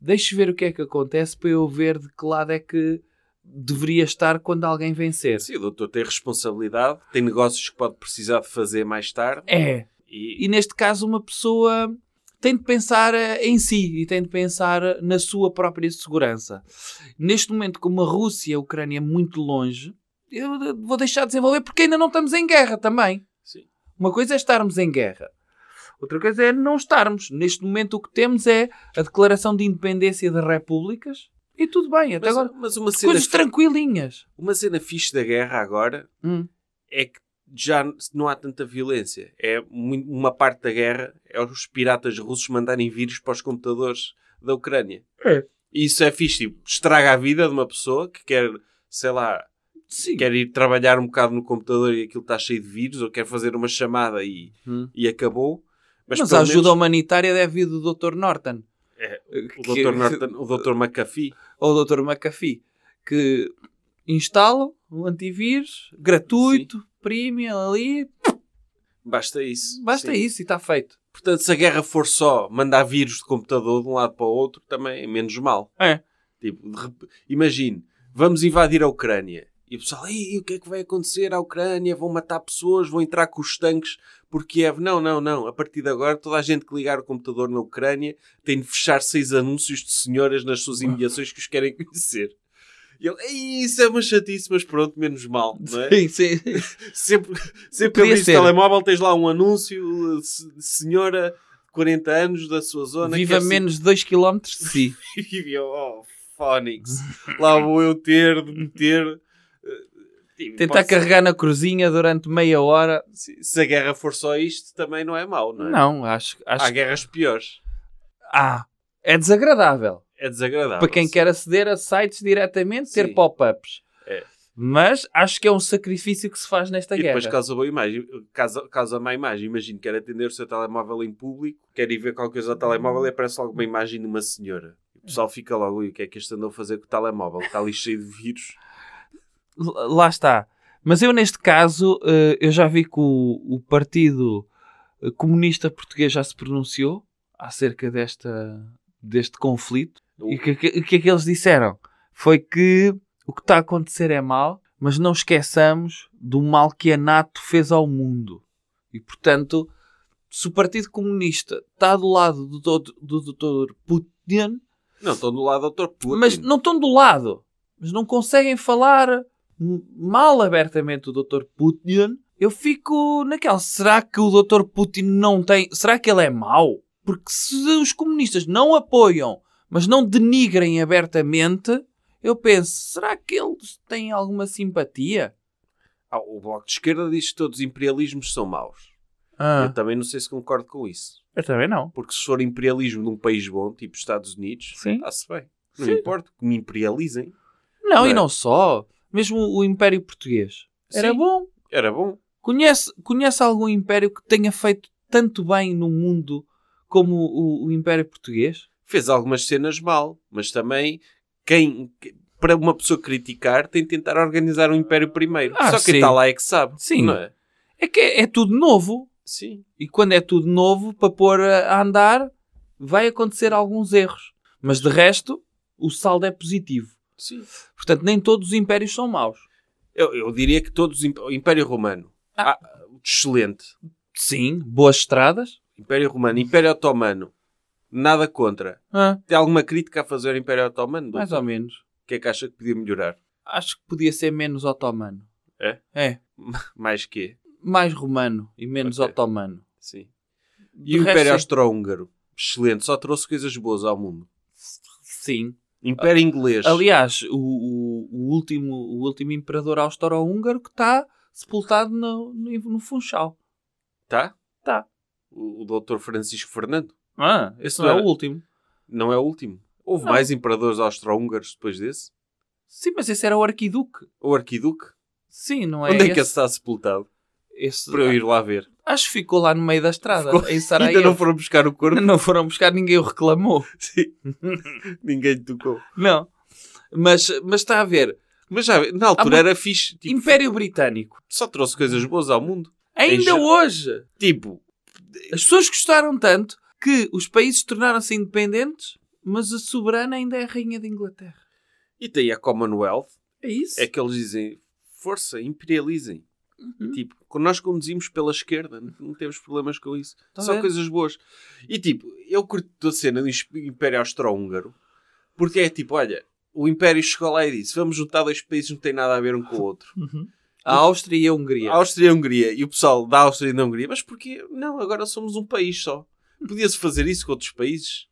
Speaker 2: deixe ver o que é que acontece para eu ver de que lado é que deveria estar quando alguém vencer.
Speaker 3: Sim, É assim, o doutor tem responsabilidade, tem negócios que pode precisar de fazer mais tarde.
Speaker 2: É.
Speaker 3: E,
Speaker 2: E neste caso uma pessoa tem de pensar eh, em si e tem de pensar na sua própria segurança. Neste momento, como a Rússia e a Ucrânia é muito longe, eu eh, vou deixar de desenvolver porque ainda não estamos em guerra também.
Speaker 3: Sim.
Speaker 2: Uma coisa é estarmos em guerra. Outra coisa é não estarmos. Neste momento o que temos é a declaração de independência de repúblicas e tudo bem, até
Speaker 3: mas, eh,
Speaker 2: agora.
Speaker 3: mas uma, cena,
Speaker 2: Coisas tranquilinhas.
Speaker 3: uma cena fixe da guerra agora
Speaker 2: Hum.
Speaker 3: é que já não há tanta violência. É mui- uma parte da guerra é os piratas russos mandarem vírus para os computadores da Ucrânia.
Speaker 2: É.
Speaker 3: E isso é fixe, tipo, estraga a vida de uma pessoa que quer, sei lá,
Speaker 2: Sim.
Speaker 3: quer ir trabalhar um bocado no computador e aquilo está cheio de vírus, ou quer fazer uma chamada e,
Speaker 2: Hum.
Speaker 3: e acabou.
Speaker 2: Mas,
Speaker 3: Mas,
Speaker 2: a
Speaker 3: pelo
Speaker 2: ajuda
Speaker 3: menos,
Speaker 2: humanitária deve vir do Dr. Norton. Eh,
Speaker 3: É, o
Speaker 2: Que-
Speaker 3: Dr. Norton- o Dr. McAfee,
Speaker 2: ou o Dr. McAfee, que instalam o antivírus gratuito, premium ali,
Speaker 3: basta isso.
Speaker 2: basta
Speaker 3: Sim.
Speaker 2: isso e está feito.
Speaker 3: Portanto, se a guerra for só mandar vírus de computador de um lado para o outro, também é menos mal.
Speaker 2: É.
Speaker 3: Tipo, de rep- imagine, vamos invadir a Ucrânia. E o pessoal, "Ei, o que é que vai acontecer à Ucrânia? Vão matar pessoas, vão entrar com os tanques por Kiev. Não, não, não. A partir de agora, toda a gente que ligar o computador na Ucrânia tem de fechar seis anúncios de senhoras nas suas imediações que os querem conhecer. E ele, "Ei, isso é uma chatice, mas pronto, menos mal. Não é?
Speaker 2: Sim, sim.
Speaker 3: Sempre, sempre
Speaker 2: Podia
Speaker 3: que abris o
Speaker 2: ser.
Speaker 3: telemóvel tens lá um anúncio, uh, se- senhora, 40 anos da sua zona.
Speaker 2: Viva
Speaker 3: quer
Speaker 2: menos de 2 km de si.
Speaker 3: ser- E eu, oh, Fónix, lá vou eu ter de meter. uh, tipo,
Speaker 2: Tentar
Speaker 3: pode ser-
Speaker 2: carregar na cruzinha durante meia hora.
Speaker 3: Se, se a guerra for só isto, também não é mau, não é?
Speaker 2: Não, acho, acho
Speaker 3: Há guerras piores.
Speaker 2: Ah, é desagradável.
Speaker 3: É desagradável.
Speaker 2: Para quem quer aceder a sites diretamente, ter
Speaker 3: Sim.
Speaker 2: pop-ups.
Speaker 3: É.
Speaker 2: Mas acho que é um sacrifício que se faz nesta
Speaker 3: E
Speaker 2: guerra.
Speaker 3: depois causa boa imagem, causa, causa má imagem. Imagino, quer atender o seu telemóvel em público, quer ir ver qualquer coisa ao telemóvel e aparece logo uma imagem de uma senhora. O pessoal fica logo, "Ui, o que é que este andou a fazer com o telemóvel? Está ali cheio de vírus.
Speaker 2: L- lá está. Mas eu, neste caso, eh, eu já vi que o, o Partido eh, Comunista Português já se pronunciou acerca desta, deste conflito. E o que, que- o que é que eles disseram? Foi que o que está a acontecer é mal, mas não esqueçamos do mal que a NATO fez ao mundo. E, portanto, se o Partido Comunista está do lado do, do, do Dr. Putin,
Speaker 3: Não, estão do lado do Dr. Putin.
Speaker 2: mas não estão do lado. Mas não conseguem falar m- mal abertamente do Dr. Putin. Eu fico naquela. Será que o Dr. Putin não tem. Será que ele é mau? Porque se os comunistas não apoiam, mas não denigrem abertamente, eu penso, será que eles têm alguma simpatia?
Speaker 3: Ah, Ah.
Speaker 2: Ah.
Speaker 3: o Bloco de Esquerda diz que todos os imperialismos são maus. Eu também não sei se concordo com isso.
Speaker 2: Eu também não.
Speaker 3: Porque se for imperialismo num país bom, tipo Estados Unidos,
Speaker 2: Sim.
Speaker 3: está-se bem. Não
Speaker 2: Sim.
Speaker 3: importa que me imperializem.
Speaker 2: Não,
Speaker 3: Não
Speaker 2: e
Speaker 3: é?
Speaker 2: não só. Mesmo o Império Português. Era
Speaker 3: Sim.
Speaker 2: bom.
Speaker 3: Era bom.
Speaker 2: Conhece, conhece algum império que tenha feito tanto bem no mundo como o, o Império Português?
Speaker 3: Fez algumas cenas mal, mas também quem que- para uma pessoa criticar tem de tentar organizar o império primeiro.
Speaker 2: Ah,
Speaker 3: Só quem
Speaker 2: sim.
Speaker 3: está lá é que sabe.
Speaker 2: Sim.
Speaker 3: Não é?
Speaker 2: É que é, é tudo novo.
Speaker 3: Sim.
Speaker 2: E quando é tudo novo, para pôr a a andar, vai acontecer alguns erros. Mas de resto, o saldo é positivo.
Speaker 3: Sim.
Speaker 2: Portanto, nem todos os impérios são maus.
Speaker 3: Eu, eu diria que todos. os imp- O Império Romano.
Speaker 2: Ah.
Speaker 3: Ah, excelente.
Speaker 2: Sim, boas estradas.
Speaker 3: Império Romano. Império Otomano. Nada contra.
Speaker 2: Ah,
Speaker 3: Tem alguma crítica a fazer ao Império Otomano?
Speaker 2: mais
Speaker 3: doutor?
Speaker 2: ou menos.
Speaker 3: O que é que acha que podia melhorar?
Speaker 2: Acho que podia ser menos otomano.
Speaker 3: É?
Speaker 2: É.
Speaker 3: Mais quê?
Speaker 2: Mais romano e menos
Speaker 3: Ok.
Speaker 2: otomano.
Speaker 3: Sim.
Speaker 2: De
Speaker 3: E o
Speaker 2: resto,
Speaker 3: Império
Speaker 2: é-
Speaker 3: Austro-Húngaro? Excelente, só trouxe coisas boas ao mundo.
Speaker 2: Sim. Ah,
Speaker 3: Império Inglês.
Speaker 2: Aliás, o, o- o último, o último imperador austro-húngaro que está sepultado no, no, no Funchal.
Speaker 3: Tá?
Speaker 2: Tá.
Speaker 3: O, o Dr. Francisco Fernando.
Speaker 2: Ah,
Speaker 3: esse
Speaker 2: esse não é
Speaker 3: era-
Speaker 2: o último.
Speaker 3: Não é o último. Houve
Speaker 2: Não.
Speaker 3: mais imperadores austro-húngaros depois desse?
Speaker 2: Sim, mas esse era o arquiduque.
Speaker 3: O Arquiduque?
Speaker 2: Sim, não é
Speaker 3: Onde é
Speaker 2: esse?
Speaker 3: que esse está sepultado?
Speaker 2: Esse-
Speaker 3: Para eu ir lá ver.
Speaker 2: Acho que ficou lá no meio da estrada,
Speaker 3: Ficou-
Speaker 2: em Sarajevo.
Speaker 3: Ainda não foram buscar o corpo?
Speaker 2: Não foram buscar, ninguém o reclamou.
Speaker 3: Sim. Ninguém lhe tocou.
Speaker 2: Não. Mas, mas está a ver.
Speaker 3: Mas já, na altura
Speaker 2: muito-
Speaker 3: era fixe. Tipo,
Speaker 2: Império Britânico.
Speaker 3: Só trouxe coisas boas ao mundo.
Speaker 2: Ainda
Speaker 3: ge-
Speaker 2: hoje,
Speaker 3: Tipo,
Speaker 2: as pessoas gostaram tanto que os países tornaram-se independentes, mas a soberana ainda é a rainha da Inglaterra.
Speaker 3: e tem a Commonwealth.
Speaker 2: É isso?
Speaker 3: é que eles dizem força, imperializem. Tipo, quando nós conduzimos pela esquerda, n- não temos problemas com isso.
Speaker 2: Tá
Speaker 3: Só
Speaker 2: bem.
Speaker 3: coisas boas. E tipo, eu curto a cena do Isp- Império Austro-Húngaro, porque é tipo, olha, o Império chegou lá e disse: vamos juntar dois países que não têm nada a ver um com o outro.
Speaker 2: A Áustria e a Hungria.
Speaker 3: A Áustria e a Hungria. E o pessoal da Áustria e da Hungria, mas porquê? Não, agora somos um país só. Podia-se fazer isso com outros países?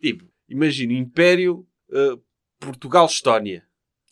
Speaker 3: Tipo, imagina, Império eh, Portugal-Estónia.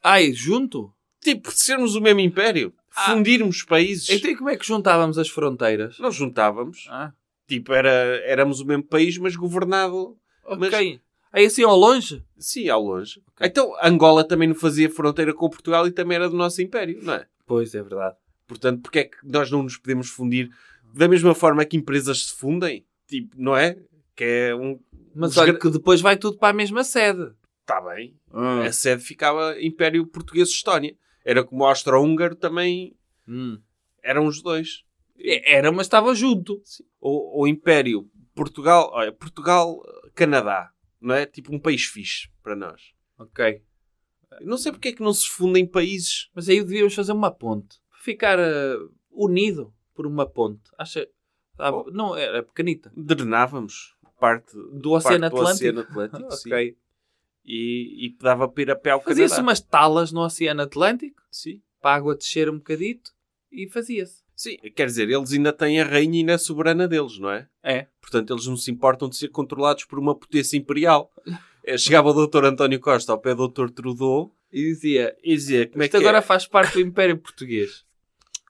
Speaker 2: Ai, junto?
Speaker 3: Tipo, sermos o mesmo império,
Speaker 2: Ah.
Speaker 3: fundirmos países.
Speaker 2: Então e como é que juntávamos as fronteiras?
Speaker 3: Nós juntávamos.
Speaker 2: Ah,
Speaker 3: Tipo, era, éramos o mesmo país, mas governado. Mas-
Speaker 2: ok. Aí assim ao longe?
Speaker 3: Sim, ao longe. Então, Angola também não fazia fronteira com Portugal e também era do nosso império, não é?
Speaker 2: Pois, é verdade.
Speaker 3: Portanto, porque é que nós não nos podemos fundir da mesma forma que empresas se fundem? Tipo, não é? Que é um...
Speaker 2: Mas
Speaker 3: Os
Speaker 2: olha
Speaker 3: gra-
Speaker 2: que depois vai tudo para a mesma sede.
Speaker 3: Está bem.
Speaker 2: Ah.
Speaker 3: A sede ficava Império Português-Estónia. Era como o Austro-Húngaro também...
Speaker 2: Hum.
Speaker 3: Eram os dois.
Speaker 2: É- Era, mas estava junto.
Speaker 3: ou, ou Império Portugal, olha, Portugal, Canadá, não é? Tipo um país fixe para nós.
Speaker 2: Ok.
Speaker 3: Não sei porque é que não se fundem países.
Speaker 2: Mas aí devíamos fazer uma ponte. Ficar eh, unido por uma ponte. Acha... Ah,
Speaker 3: Oh.
Speaker 2: Não, era pequenita.
Speaker 3: Drenávamos parte
Speaker 2: Do Oceano
Speaker 3: parte do
Speaker 2: Atlântico.
Speaker 3: Oceano Atlântico, sim.
Speaker 2: Ok.
Speaker 3: E, e dava para ir a pé ao
Speaker 2: Fazia-se
Speaker 3: Canadá.
Speaker 2: umas talas no Oceano Atlântico
Speaker 3: Sim.
Speaker 2: para a água descer um bocadito e fazia-se.
Speaker 3: Sim, quer dizer, eles ainda têm a rainha e ainda é soberana deles, não é?
Speaker 2: É.
Speaker 3: Portanto, eles não se importam de ser controlados por uma potência imperial. Eh, Chegava o doutor António Costa ao pé do doutor Trudeau
Speaker 2: E dizia:
Speaker 3: e dizia como é
Speaker 2: Isto
Speaker 3: que
Speaker 2: agora
Speaker 3: é?
Speaker 2: faz parte do Império Português.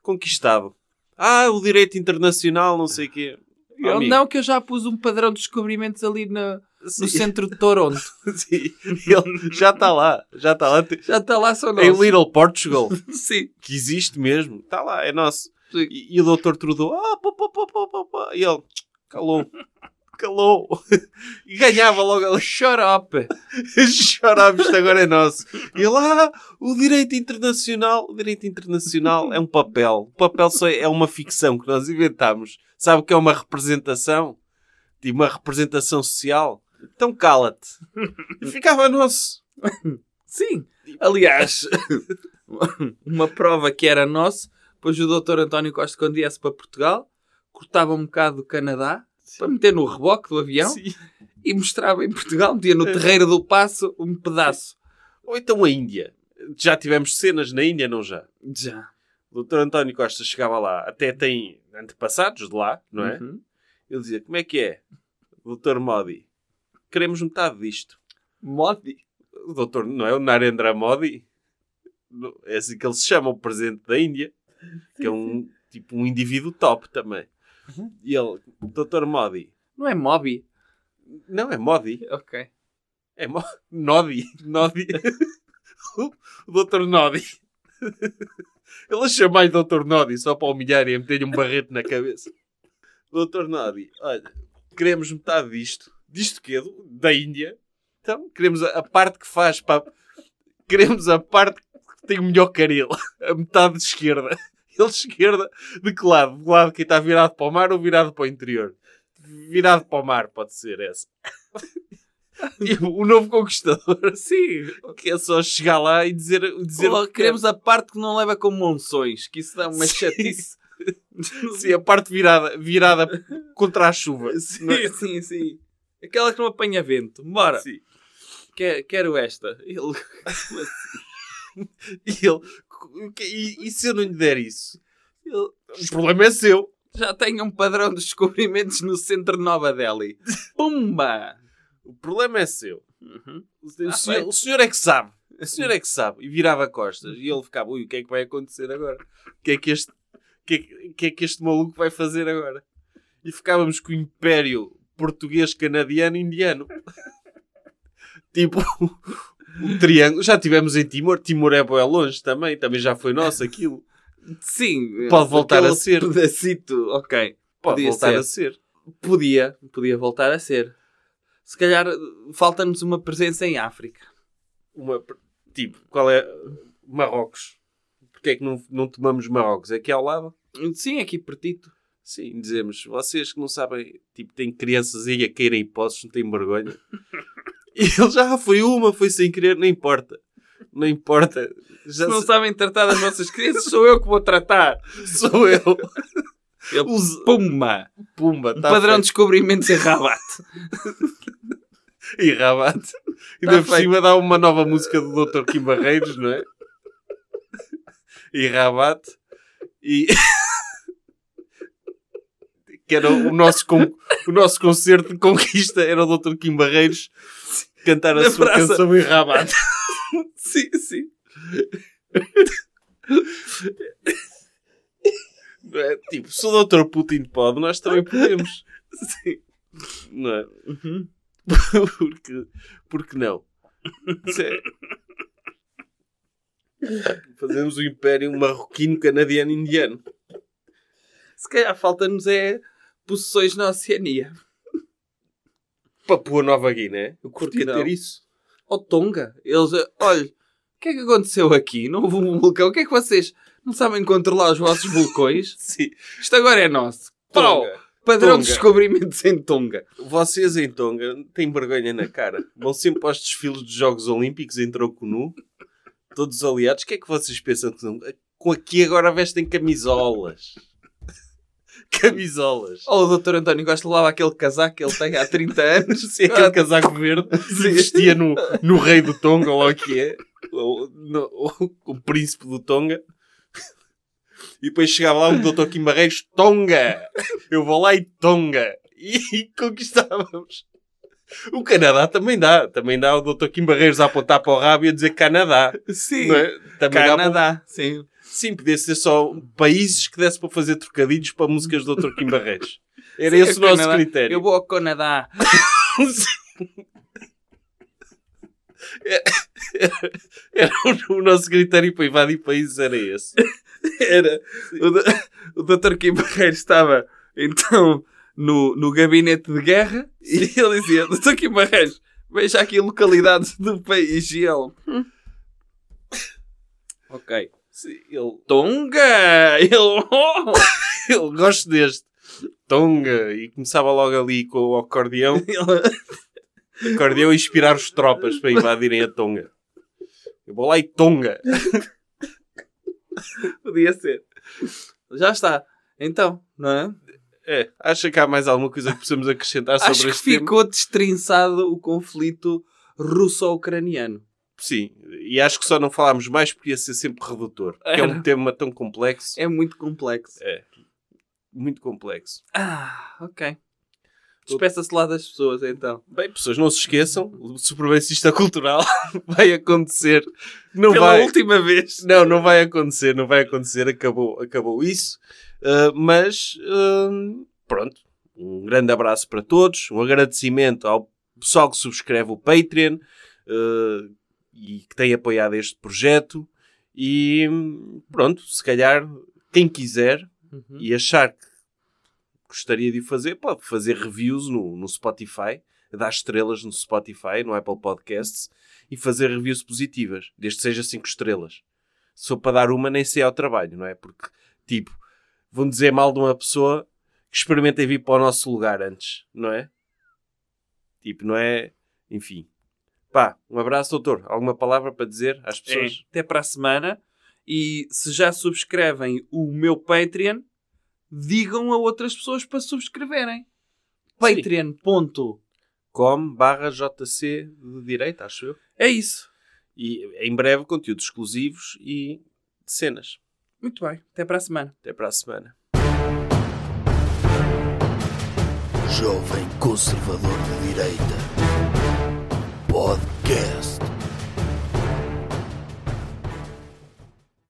Speaker 3: Conquistado. Ah, o direito internacional, não sei o quê.
Speaker 2: Eu,
Speaker 3: Amigo.
Speaker 2: não, que eu já pus um padrão de descobrimentos ali na- no
Speaker 3: Sim.
Speaker 2: centro de Toronto.
Speaker 3: Sim, ele já está lá, já está lá. Te-
Speaker 2: Já está lá só
Speaker 3: Em
Speaker 2: nós.
Speaker 3: É Little Portugal,
Speaker 2: Sim.
Speaker 3: que existe mesmo, está lá, é nosso.
Speaker 2: Sim.
Speaker 3: E, e o Dr. Trudeau, ah, pá, pá, pá, pá, pá, pá. e ele, calou, calou. E ganhava logo ali,
Speaker 2: Xarope.
Speaker 3: chorava, isto agora é nosso. E lá, o direito internacional, o direito internacional é um papel. O papel só é uma ficção que nós inventamos. Sabe o que é uma representação? De uma representação social? Então cala-te. E ficava nosso.
Speaker 2: Sim. Aliás, uma prova que era nosso, depois o Dr. António Costa, quando viesse para Portugal, cortava um bocado do Canadá para meter no reboque do avião
Speaker 3: Sim.
Speaker 2: e mostrava em Portugal, metia no terreiro do Passo um pedaço.
Speaker 3: Ou então a Índia. Já tivemos cenas na Índia, não já?
Speaker 2: Já.
Speaker 3: O doutor António Costa chegava lá, até tem antepassados de lá, não é?
Speaker 2: Uhum.
Speaker 3: Ele dizia: Como é que é, doutor Modi? Queremos metade disto.
Speaker 2: Modi.
Speaker 3: O doutor, não é? O Narendra Modi? Não- É assim que ele se chama, o presidente da Índia, que é um tipo um indivíduo top também. E ele, doutor Modi,
Speaker 2: Não é Moby?
Speaker 3: Não, é Modi.
Speaker 2: Ok.
Speaker 3: É Mo... Nodi. Nodi. o Dr. Nodi. Ele chama mais Dr. Nodi só para humilhar e meter-lhe um barrete na cabeça. Dr. Nodi, olha, queremos metade disto. Disto que é do- da Índia. Então, queremos a, a parte que faz para... Queremos a parte que tem o melhor caril. A metade de esquerda. Ele de esquerda, de que lado? De lado que está virado para o mar ou virado para o interior? Virado para o mar, pode ser essa. E o novo conquistador. Sim. Que é só chegar lá e dizer, dizer
Speaker 2: Ou
Speaker 3: o que é.
Speaker 2: queremos a parte que não leva com monções, que isso dá uma
Speaker 3: Sim.
Speaker 2: chatice.
Speaker 3: quer. Sim, a parte virada, virada contra a chuva. Não é?
Speaker 2: sim, sim, sim. Aquela que não apanha vento. Bora.
Speaker 3: Sim.
Speaker 2: Que- quero esta. Ele...
Speaker 3: E ele. E, e se eu não lhe der isso? Ele, o problema é seu.
Speaker 2: Já tem um padrão de descobrimentos no centro de Nova Delhi. Pumba!
Speaker 3: O problema é seu.
Speaker 2: Uhum.
Speaker 3: O, sen-
Speaker 2: Ah,
Speaker 3: o senhor,
Speaker 2: bem.
Speaker 3: o senhor é que sabe. O senhor é que sabe. E virava costas. E ele ficava, ui, o que é que vai acontecer agora? O que é que este, o que é que, o que é que este maluco vai fazer agora? E ficávamos com o império português, canadiano, indiano. tipo, o triângulo. Já tivemos em Timor. Timor é bué longe também. Também já foi nosso aquilo.
Speaker 2: Sim.
Speaker 3: Pode voltar
Speaker 2: aquele
Speaker 3: a ser.
Speaker 2: Pedacito. Ok.
Speaker 3: Pode
Speaker 2: Podia
Speaker 3: voltar
Speaker 2: ser.
Speaker 3: a ser.
Speaker 2: Podia, podia voltar a ser. Se calhar falta-nos uma presença em África.
Speaker 3: Uma, tipo, qual é... Marrocos. Porquê é que não, não tomamos Marrocos? É aqui ao lado?
Speaker 2: Sim, aqui pertito.
Speaker 3: Sim, dizemos, vocês que não sabem, tipo, têm crianças aí a cair em poços, não têm vergonha. e ele já "Ah, foi uma, foi sem querer, não importa. Não importa. Já
Speaker 2: Se não sabem tratar das nossas crianças, sou eu que vou tratar.
Speaker 3: sou sou eu.
Speaker 2: Ele-
Speaker 3: Os-
Speaker 2: Pumba!
Speaker 3: Pumba,
Speaker 2: Um
Speaker 3: tá
Speaker 2: padrão de
Speaker 3: feito.
Speaker 2: descobrimentos em Rabat.
Speaker 3: E rabate. Ainda por
Speaker 2: Tá feito.
Speaker 3: cima dá uma nova música do Dr. Kim Barreiros, não é? E rabate. E... que era o nosso, con- o nosso concerto de conquista, era o Dr. Kim Barreiros cantar a
Speaker 2: Na
Speaker 3: sua
Speaker 2: praça.
Speaker 3: canção em rabate.
Speaker 2: sim, sim.
Speaker 3: Não é? Tipo, se o Dr. Putin pode, nós também podemos.
Speaker 2: Sim.
Speaker 3: Não é?
Speaker 2: Uhum.
Speaker 3: Porque, porque não? Isso é- Fazemos o Império Marroquino, Canadiano, Indiano.
Speaker 2: Se calhar falta-nos é possessões na Oceania.
Speaker 3: Papua Nova Guiné. Eu curti
Speaker 2: Curti não.
Speaker 3: ter isso.
Speaker 2: Ou Tonga. Eles, eh, olha, o que é que aconteceu aqui? Não houve um vulcão. O que é que vocês não sabem controlar os vossos vulcões?
Speaker 3: Sim.
Speaker 2: Isto agora é nosso. Pau!
Speaker 3: Tonga.
Speaker 2: Padrão de
Speaker 3: Tonga.
Speaker 2: descobrimentos em Tonga.
Speaker 3: Vocês em Tonga têm vergonha na cara. Vão sempre aos desfiles dos Jogos Olímpicos em troco nu. Todos aliados. O que é que vocês pensam que são? Com aqui agora vestem camisolas. Camisolas.
Speaker 2: Ou o Dr. António Costa levava aquele casaco que ele tem há 30 anos.
Speaker 3: Sim, aquele casaco verde
Speaker 2: Sim.
Speaker 3: se vestia no, no rei do Tonga, ou lá o que é, ou, no- ou o príncipe do Tonga. E depois chegava lá um doutor Kim Barreiros, Tonga! Eu vou lá e Tonga! E conquistávamos. O Canadá também dá. Também dá o doutor Kim Barreiros a apontar para o rabo e a dizer Canadá.
Speaker 2: Sim.
Speaker 3: Não é? Também dá para-
Speaker 2: Canadá. Sim.
Speaker 3: Sim, podia ser só países que desse para fazer trocadilhos para músicas do doutor Kim Barreiros. Era
Speaker 2: Sim,
Speaker 3: esse
Speaker 2: é
Speaker 3: o nosso
Speaker 2: Canadá.
Speaker 3: critério.
Speaker 2: Eu vou ao Canadá.
Speaker 3: Era o- o nosso critério para invadir países era esse.
Speaker 2: Era. O, do- o Dr. Kim Barreiro estava, então, no, no gabinete de guerra e ele dizia: Dr. Kim Barreiro, veja aqui localidades do país. E ele. "Hum." Ok.
Speaker 3: Sim, ele,
Speaker 2: Tonga! Ele. "Oh."
Speaker 3: eu gosto deste. Tonga. E começava logo ali com o acordeão.
Speaker 2: Ele-
Speaker 3: Acordeão a inspirar os tropas para invadirem a Tonga. Eu vou lá e Tonga.
Speaker 2: Podia ser. Já está. Então, não é?
Speaker 3: É, acha que há mais alguma coisa que possamos acrescentar sobre
Speaker 2: Acho que
Speaker 3: este tema?
Speaker 2: ficou destrinçado o conflito russo-ucraniano.
Speaker 3: Sim. E acho que só não falámos mais porque ia ser sempre redutor. Que é um
Speaker 2: Era.
Speaker 3: tema tão complexo.
Speaker 2: É muito complexo.
Speaker 3: Muito complexo.
Speaker 2: Ah, ok. Despeça-se lá das pessoas então.
Speaker 3: Bem, pessoas, não se esqueçam. O Supremacista Cultural vai acontecer. Não
Speaker 2: Pela
Speaker 3: vai...
Speaker 2: última vez.
Speaker 3: Não, não vai acontecer, não vai acontecer, acabou, acabou isso. Uh, mas, uh, Ah, pronto, Um grande abraço para todos, um agradecimento ao pessoal que subscreve o Patreon eh, e que tem apoiado este projeto. E pronto, se calhar quem quiser
Speaker 2: Uhum.
Speaker 3: e achar que gostaria de o fazer, pode fazer reviews no, no Spotify, dar estrelas no Spotify, no Apple Podcasts e fazer reviews positivas, desde que seja 5 estrelas. Se for para dar uma, nem sei ao trabalho, não é? Porque, tipo, vão dizer mal de uma pessoa que experimentem vir para o nosso lugar antes, não é? Tipo, não é? Enfim. Pá, um abraço, doutor. Alguma palavra para dizer às
Speaker 2: É,
Speaker 3: pessoas?
Speaker 2: Até para a semana. E se já subscrevem o meu Patreon, digam a outras pessoas para subscreverem. Patreon. Ponto.
Speaker 3: Com barra JC de direita, acho eu.
Speaker 2: É isso.
Speaker 3: E em breve, conteúdos exclusivos e cenas.
Speaker 2: Muito bem. Até para a semana.
Speaker 3: Até para a semana.
Speaker 4: Jovem Conservador de Direita. Podcast.